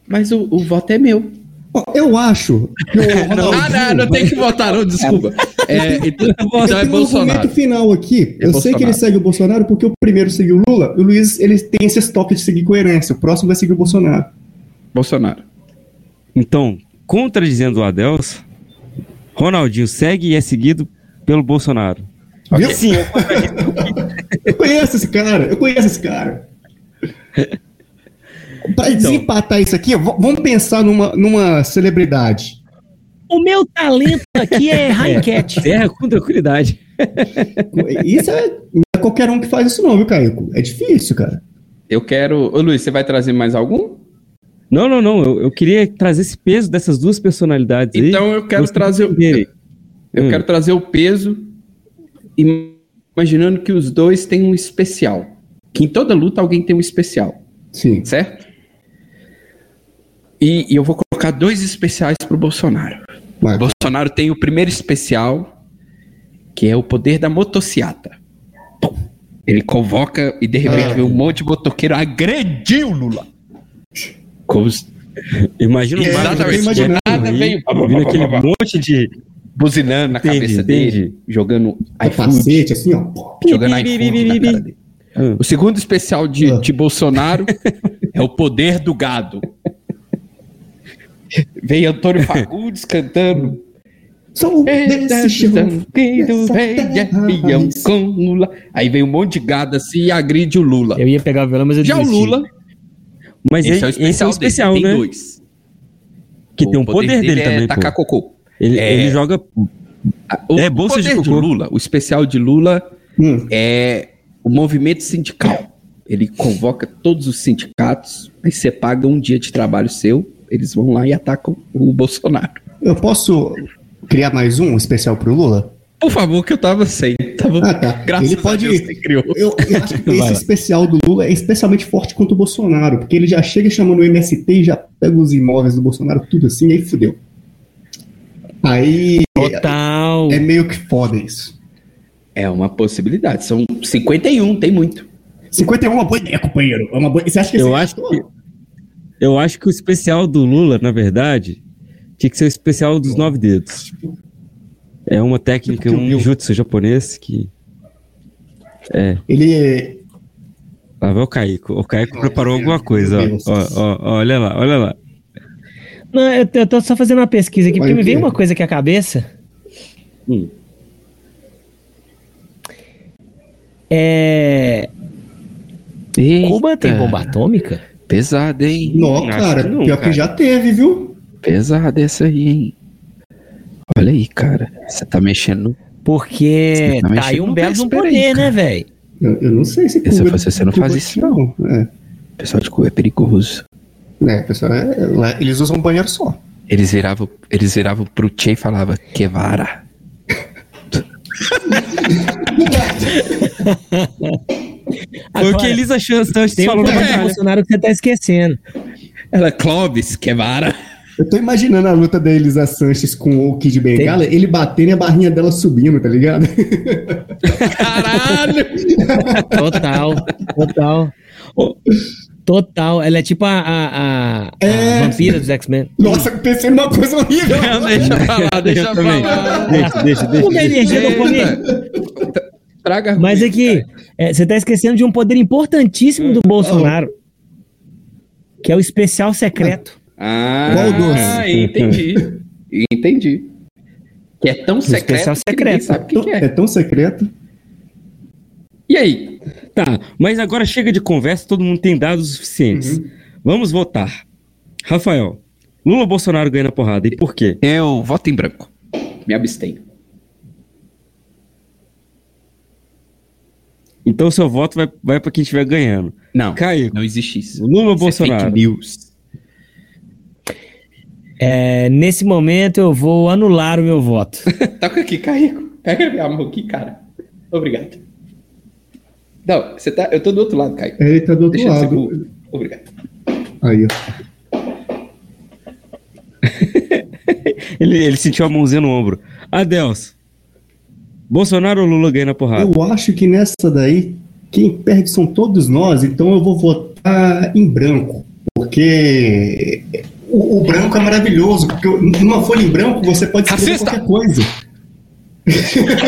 [SPEAKER 8] Mas o, o voto é meu.
[SPEAKER 2] Ó, Eu acho que o
[SPEAKER 8] Não,
[SPEAKER 2] Ronaldinho um
[SPEAKER 8] ah, não, não tem que votar, não, desculpa. É, então,
[SPEAKER 2] Eu
[SPEAKER 8] então é
[SPEAKER 2] tenho um argumento
[SPEAKER 8] Bolsonaro.
[SPEAKER 2] final aqui.
[SPEAKER 8] É
[SPEAKER 2] eu sei que ele
[SPEAKER 8] Bolsonaro.
[SPEAKER 2] segue o Bolsonaro porque o primeiro seguiu o Lula. O Luiz ele tem esse estoque de seguir coerência. O próximo vai seguir o Bolsonaro.
[SPEAKER 8] Bolsonaro.
[SPEAKER 9] Então, contradizendo o Adelson, Ronaldinho segue e é seguido pelo Bolsonaro.
[SPEAKER 2] Viu?
[SPEAKER 9] Sim, eu
[SPEAKER 2] Eu conheço esse cara. Eu conheço esse cara. Pra
[SPEAKER 8] Então.
[SPEAKER 2] desempatar isso aqui, v- vamos pensar numa, numa celebridade.
[SPEAKER 7] O meu talento aqui é errar enquete.
[SPEAKER 9] Terra com tranquilidade.
[SPEAKER 2] Isso é, não é qualquer um que faz isso, não, viu, Caico? É difícil, cara.
[SPEAKER 8] Eu quero. Ô, Luiz, você vai trazer mais algum?
[SPEAKER 9] Não, não, não. Eu, eu queria trazer esse peso dessas duas personalidades aí.
[SPEAKER 8] Então eu quero
[SPEAKER 9] Gostei
[SPEAKER 8] trazer.
[SPEAKER 9] de saber.
[SPEAKER 8] Eu
[SPEAKER 9] Hum.
[SPEAKER 8] quero trazer o peso, im- imaginando que os dois têm um especial. Que em toda luta alguém tem um especial,
[SPEAKER 2] Sim.
[SPEAKER 8] certo? E, e eu vou colocar dois especiais pro Bolsonaro. O
[SPEAKER 2] Mas,
[SPEAKER 8] Bolsonaro tem o primeiro especial, que é o poder da motociata. Pum. Ele convoca e de repente
[SPEAKER 9] Ah.
[SPEAKER 8] vê um monte de motoqueiro agrediu o Lula. Como se-
[SPEAKER 9] Imagina um
[SPEAKER 8] Exatamente.
[SPEAKER 9] barco desse
[SPEAKER 8] Imagina
[SPEAKER 9] que é
[SPEAKER 8] nada,
[SPEAKER 9] aí,
[SPEAKER 8] veio-
[SPEAKER 9] Vira aquele monte de.
[SPEAKER 8] Buzinando na cabeça dele, jogando
[SPEAKER 2] Capacete, assim, ó.
[SPEAKER 8] Jogando iFood na cara dele.
[SPEAKER 9] Hum.
[SPEAKER 8] O segundo especial de, de Bolsonaro é o poder do gado. Vem Antônio Fagundes cantando.
[SPEAKER 2] Sou
[SPEAKER 8] Eita,
[SPEAKER 2] desse chão,
[SPEAKER 8] tá. tranquilo,
[SPEAKER 2] dessa
[SPEAKER 8] vem, é
[SPEAKER 2] terra,
[SPEAKER 8] peão com Lula. Aí vem um monte de gado assim e agride o Lula.
[SPEAKER 7] Eu ia pegar o violão, mas eu
[SPEAKER 8] Já o
[SPEAKER 7] desisti.
[SPEAKER 8] Lula.
[SPEAKER 9] Mas esse, esse é o especial,
[SPEAKER 8] dele, tem
[SPEAKER 9] né?
[SPEAKER 8] dois.
[SPEAKER 9] Que tem um poder, dele,
[SPEAKER 8] é
[SPEAKER 9] também. pô.
[SPEAKER 8] Tacar cocô.
[SPEAKER 9] Ele,
[SPEAKER 8] É.
[SPEAKER 9] ele joga.
[SPEAKER 8] O
[SPEAKER 9] É, bolsa de
[SPEAKER 8] poder
[SPEAKER 9] cocô.
[SPEAKER 8] Lula, o especial de Lula
[SPEAKER 2] Hum.
[SPEAKER 8] é o movimento sindical. Ele convoca todos os sindicatos, aí você paga um dia de trabalho seu, eles vão lá e atacam o Bolsonaro.
[SPEAKER 2] Eu posso criar mais um especial pro Lula?
[SPEAKER 8] Por favor, que eu tava sem. Tava...
[SPEAKER 2] Ah, tá.
[SPEAKER 8] Graças
[SPEAKER 2] Ele pode
[SPEAKER 8] a Deus, você criou.
[SPEAKER 2] Eu, eu acho que
[SPEAKER 8] Vai
[SPEAKER 2] esse
[SPEAKER 8] lá.
[SPEAKER 2] especial do Lula é especialmente forte contra o Bolsonaro, porque ele já chega chamando o MST e já pega os imóveis do Bolsonaro, tudo assim, e aí fudeu. Aí
[SPEAKER 7] Total.
[SPEAKER 2] é meio que foda isso.
[SPEAKER 8] É uma possibilidade. São 51, tem muito.
[SPEAKER 2] 51 é uma boa ideia, companheiro. É uma boa... Você acha que
[SPEAKER 9] Eu
[SPEAKER 2] esse-
[SPEAKER 9] acho que- Eu acho que o especial do Lula, na verdade, tinha que ser o especial dos nove dedos. É uma técnica, um jutsu japonês que. É,
[SPEAKER 2] Ele.
[SPEAKER 9] lá vai o Caíco. O Caíco preparou alguma coisa. ó. Ó, ó, ó, olha lá, olha lá.
[SPEAKER 7] Não, eu, eu tô só fazendo uma pesquisa aqui,
[SPEAKER 2] Mas
[SPEAKER 7] porque
[SPEAKER 2] o
[SPEAKER 7] me veio
[SPEAKER 2] quê?
[SPEAKER 7] uma coisa aqui à cabeça.
[SPEAKER 9] Hum.
[SPEAKER 7] É. Cuba tem bomba atômica?
[SPEAKER 8] Pesada, hein?
[SPEAKER 2] Nó,
[SPEAKER 9] Acho
[SPEAKER 2] cara,
[SPEAKER 9] que não,
[SPEAKER 2] pior
[SPEAKER 9] cara.
[SPEAKER 2] que já teve, viu?
[SPEAKER 8] Pesada essa aí, hein? Olha aí, cara. Você tá mexendo.
[SPEAKER 7] Porque
[SPEAKER 8] Você tá
[SPEAKER 7] tá aí
[SPEAKER 8] mexendo
[SPEAKER 7] um
[SPEAKER 8] no
[SPEAKER 7] belo de um
[SPEAKER 8] vespeiro
[SPEAKER 7] poder,
[SPEAKER 8] aí,
[SPEAKER 7] né, velho?
[SPEAKER 2] Eu, eu não sei se.
[SPEAKER 8] Esse eu fosse, você não faz isso,
[SPEAKER 2] não. É.
[SPEAKER 8] Pessoal de Cuba é perigoso.
[SPEAKER 2] É, pessoal, é- lá- eles usam um banheiro só.
[SPEAKER 8] Eles viravam, eles viravam pro Che e falavam, Quevara.
[SPEAKER 9] Foi o
[SPEAKER 7] Agora,
[SPEAKER 9] que Elisa Chan Sanches
[SPEAKER 7] Ah, Tem um
[SPEAKER 9] falou na
[SPEAKER 7] poder do
[SPEAKER 9] batalha.
[SPEAKER 7] Bolsonaro que você tá esquecendo.
[SPEAKER 8] Ela, é Clóvis, Quevara.
[SPEAKER 2] Eu tô imaginando a luta da Elisa Sanches com o Kid Bengala, ele batendo e a barrinha dela subindo, tá ligado?
[SPEAKER 8] Caralho!
[SPEAKER 7] Total, total. Total. Ela é tipo a, a, a- a
[SPEAKER 2] É.
[SPEAKER 7] vampira dos X-Men.
[SPEAKER 2] Nossa, eu pensei numa coisa horrível.
[SPEAKER 8] deixa pra lá, deixa pra
[SPEAKER 9] também.
[SPEAKER 8] lá.
[SPEAKER 9] Deixa, deixa, deixa.
[SPEAKER 7] Uma energia do poder.
[SPEAKER 8] Eita. Traga
[SPEAKER 7] Mas é que é, você tá esquecendo de um poder importantíssimo do Bolsonaro. Que é o especial secreto.
[SPEAKER 8] Ah,
[SPEAKER 2] Qual doce?
[SPEAKER 8] entendi. Entendi. Que é tão secreto,
[SPEAKER 7] especial
[SPEAKER 8] que ninguém
[SPEAKER 7] secreto.
[SPEAKER 8] sabe o que, que
[SPEAKER 2] É
[SPEAKER 8] é.
[SPEAKER 2] tão secreto.
[SPEAKER 8] E aí?
[SPEAKER 9] Tá, mas agora chega de conversa, todo mundo tem dados suficientes.
[SPEAKER 2] Uhum.
[SPEAKER 9] Vamos votar. Rafael, Lula ou Bolsonaro ganha na porrada. E por quê?
[SPEAKER 8] Eu É um voto em branco. Me abstenho.
[SPEAKER 9] Então seu voto vai, vai para quem estiver ganhando.
[SPEAKER 8] Não,
[SPEAKER 9] Caio,
[SPEAKER 8] não existe isso.
[SPEAKER 9] Lula ou
[SPEAKER 8] Isso é fake
[SPEAKER 9] Bolsonaro?
[SPEAKER 8] news.
[SPEAKER 7] É, nesse momento eu vou anular o meu voto.
[SPEAKER 8] Toca Tá aqui, Caico. Pega minha mão aqui, cara. Obrigado. Não, você tá. Eu tô do outro lado, Caico.
[SPEAKER 2] Ele tá do outro
[SPEAKER 8] Deixa de ser
[SPEAKER 2] lado.
[SPEAKER 8] burro. Obrigado.
[SPEAKER 2] Aí, ó.
[SPEAKER 9] Ele, ele sentiu a mãozinha no ombro. Adeus. Bolsonaro ou Lula ganha na porrada?
[SPEAKER 2] Eu acho que nessa daí, quem perde são todos nós, então eu vou votar em branco. Porque o, o branco é maravilhoso, porque numa folha em branco você pode escrever
[SPEAKER 8] Racista!
[SPEAKER 2] qualquer coisa. Uh,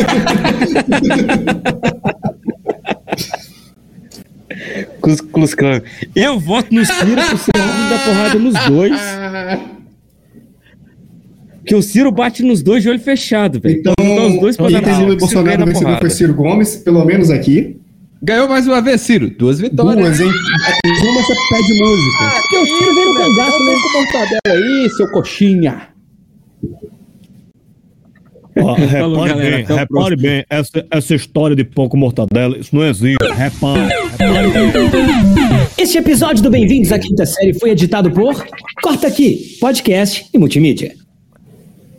[SPEAKER 9] Cus- Cus Clan. Eu voto no Ciro pro Ciro não dar porrada nos dois. Porque o Ciro bate nos dois de olho fechado, velho.
[SPEAKER 2] Então,
[SPEAKER 9] Vamos botar os dois pra
[SPEAKER 2] quem
[SPEAKER 9] dar na-
[SPEAKER 2] tem Lula e
[SPEAKER 9] o Ciro ganha
[SPEAKER 2] Bolsonaro
[SPEAKER 9] na
[SPEAKER 2] vencedor foi
[SPEAKER 9] porrada.
[SPEAKER 2] Ciro Gomes, pelo menos aqui.
[SPEAKER 8] Ganhou mais uma vez, Ciro. Duas vitórias.
[SPEAKER 2] Duas, hein? Uma você pede música.
[SPEAKER 5] Porque o tiro vem no cangaço mesmo.
[SPEAKER 8] aí, seu coxinha.
[SPEAKER 12] Ó,
[SPEAKER 9] Falou,
[SPEAKER 12] repare
[SPEAKER 9] galera,
[SPEAKER 12] bem,
[SPEAKER 9] até o
[SPEAKER 12] repare bem, essa, essa história de pão com mortadela, isso não existe. Repare.
[SPEAKER 7] Este episódio do Bem-vindos à Quinta Série foi editado por Corta Aqui, podcast e multimídia.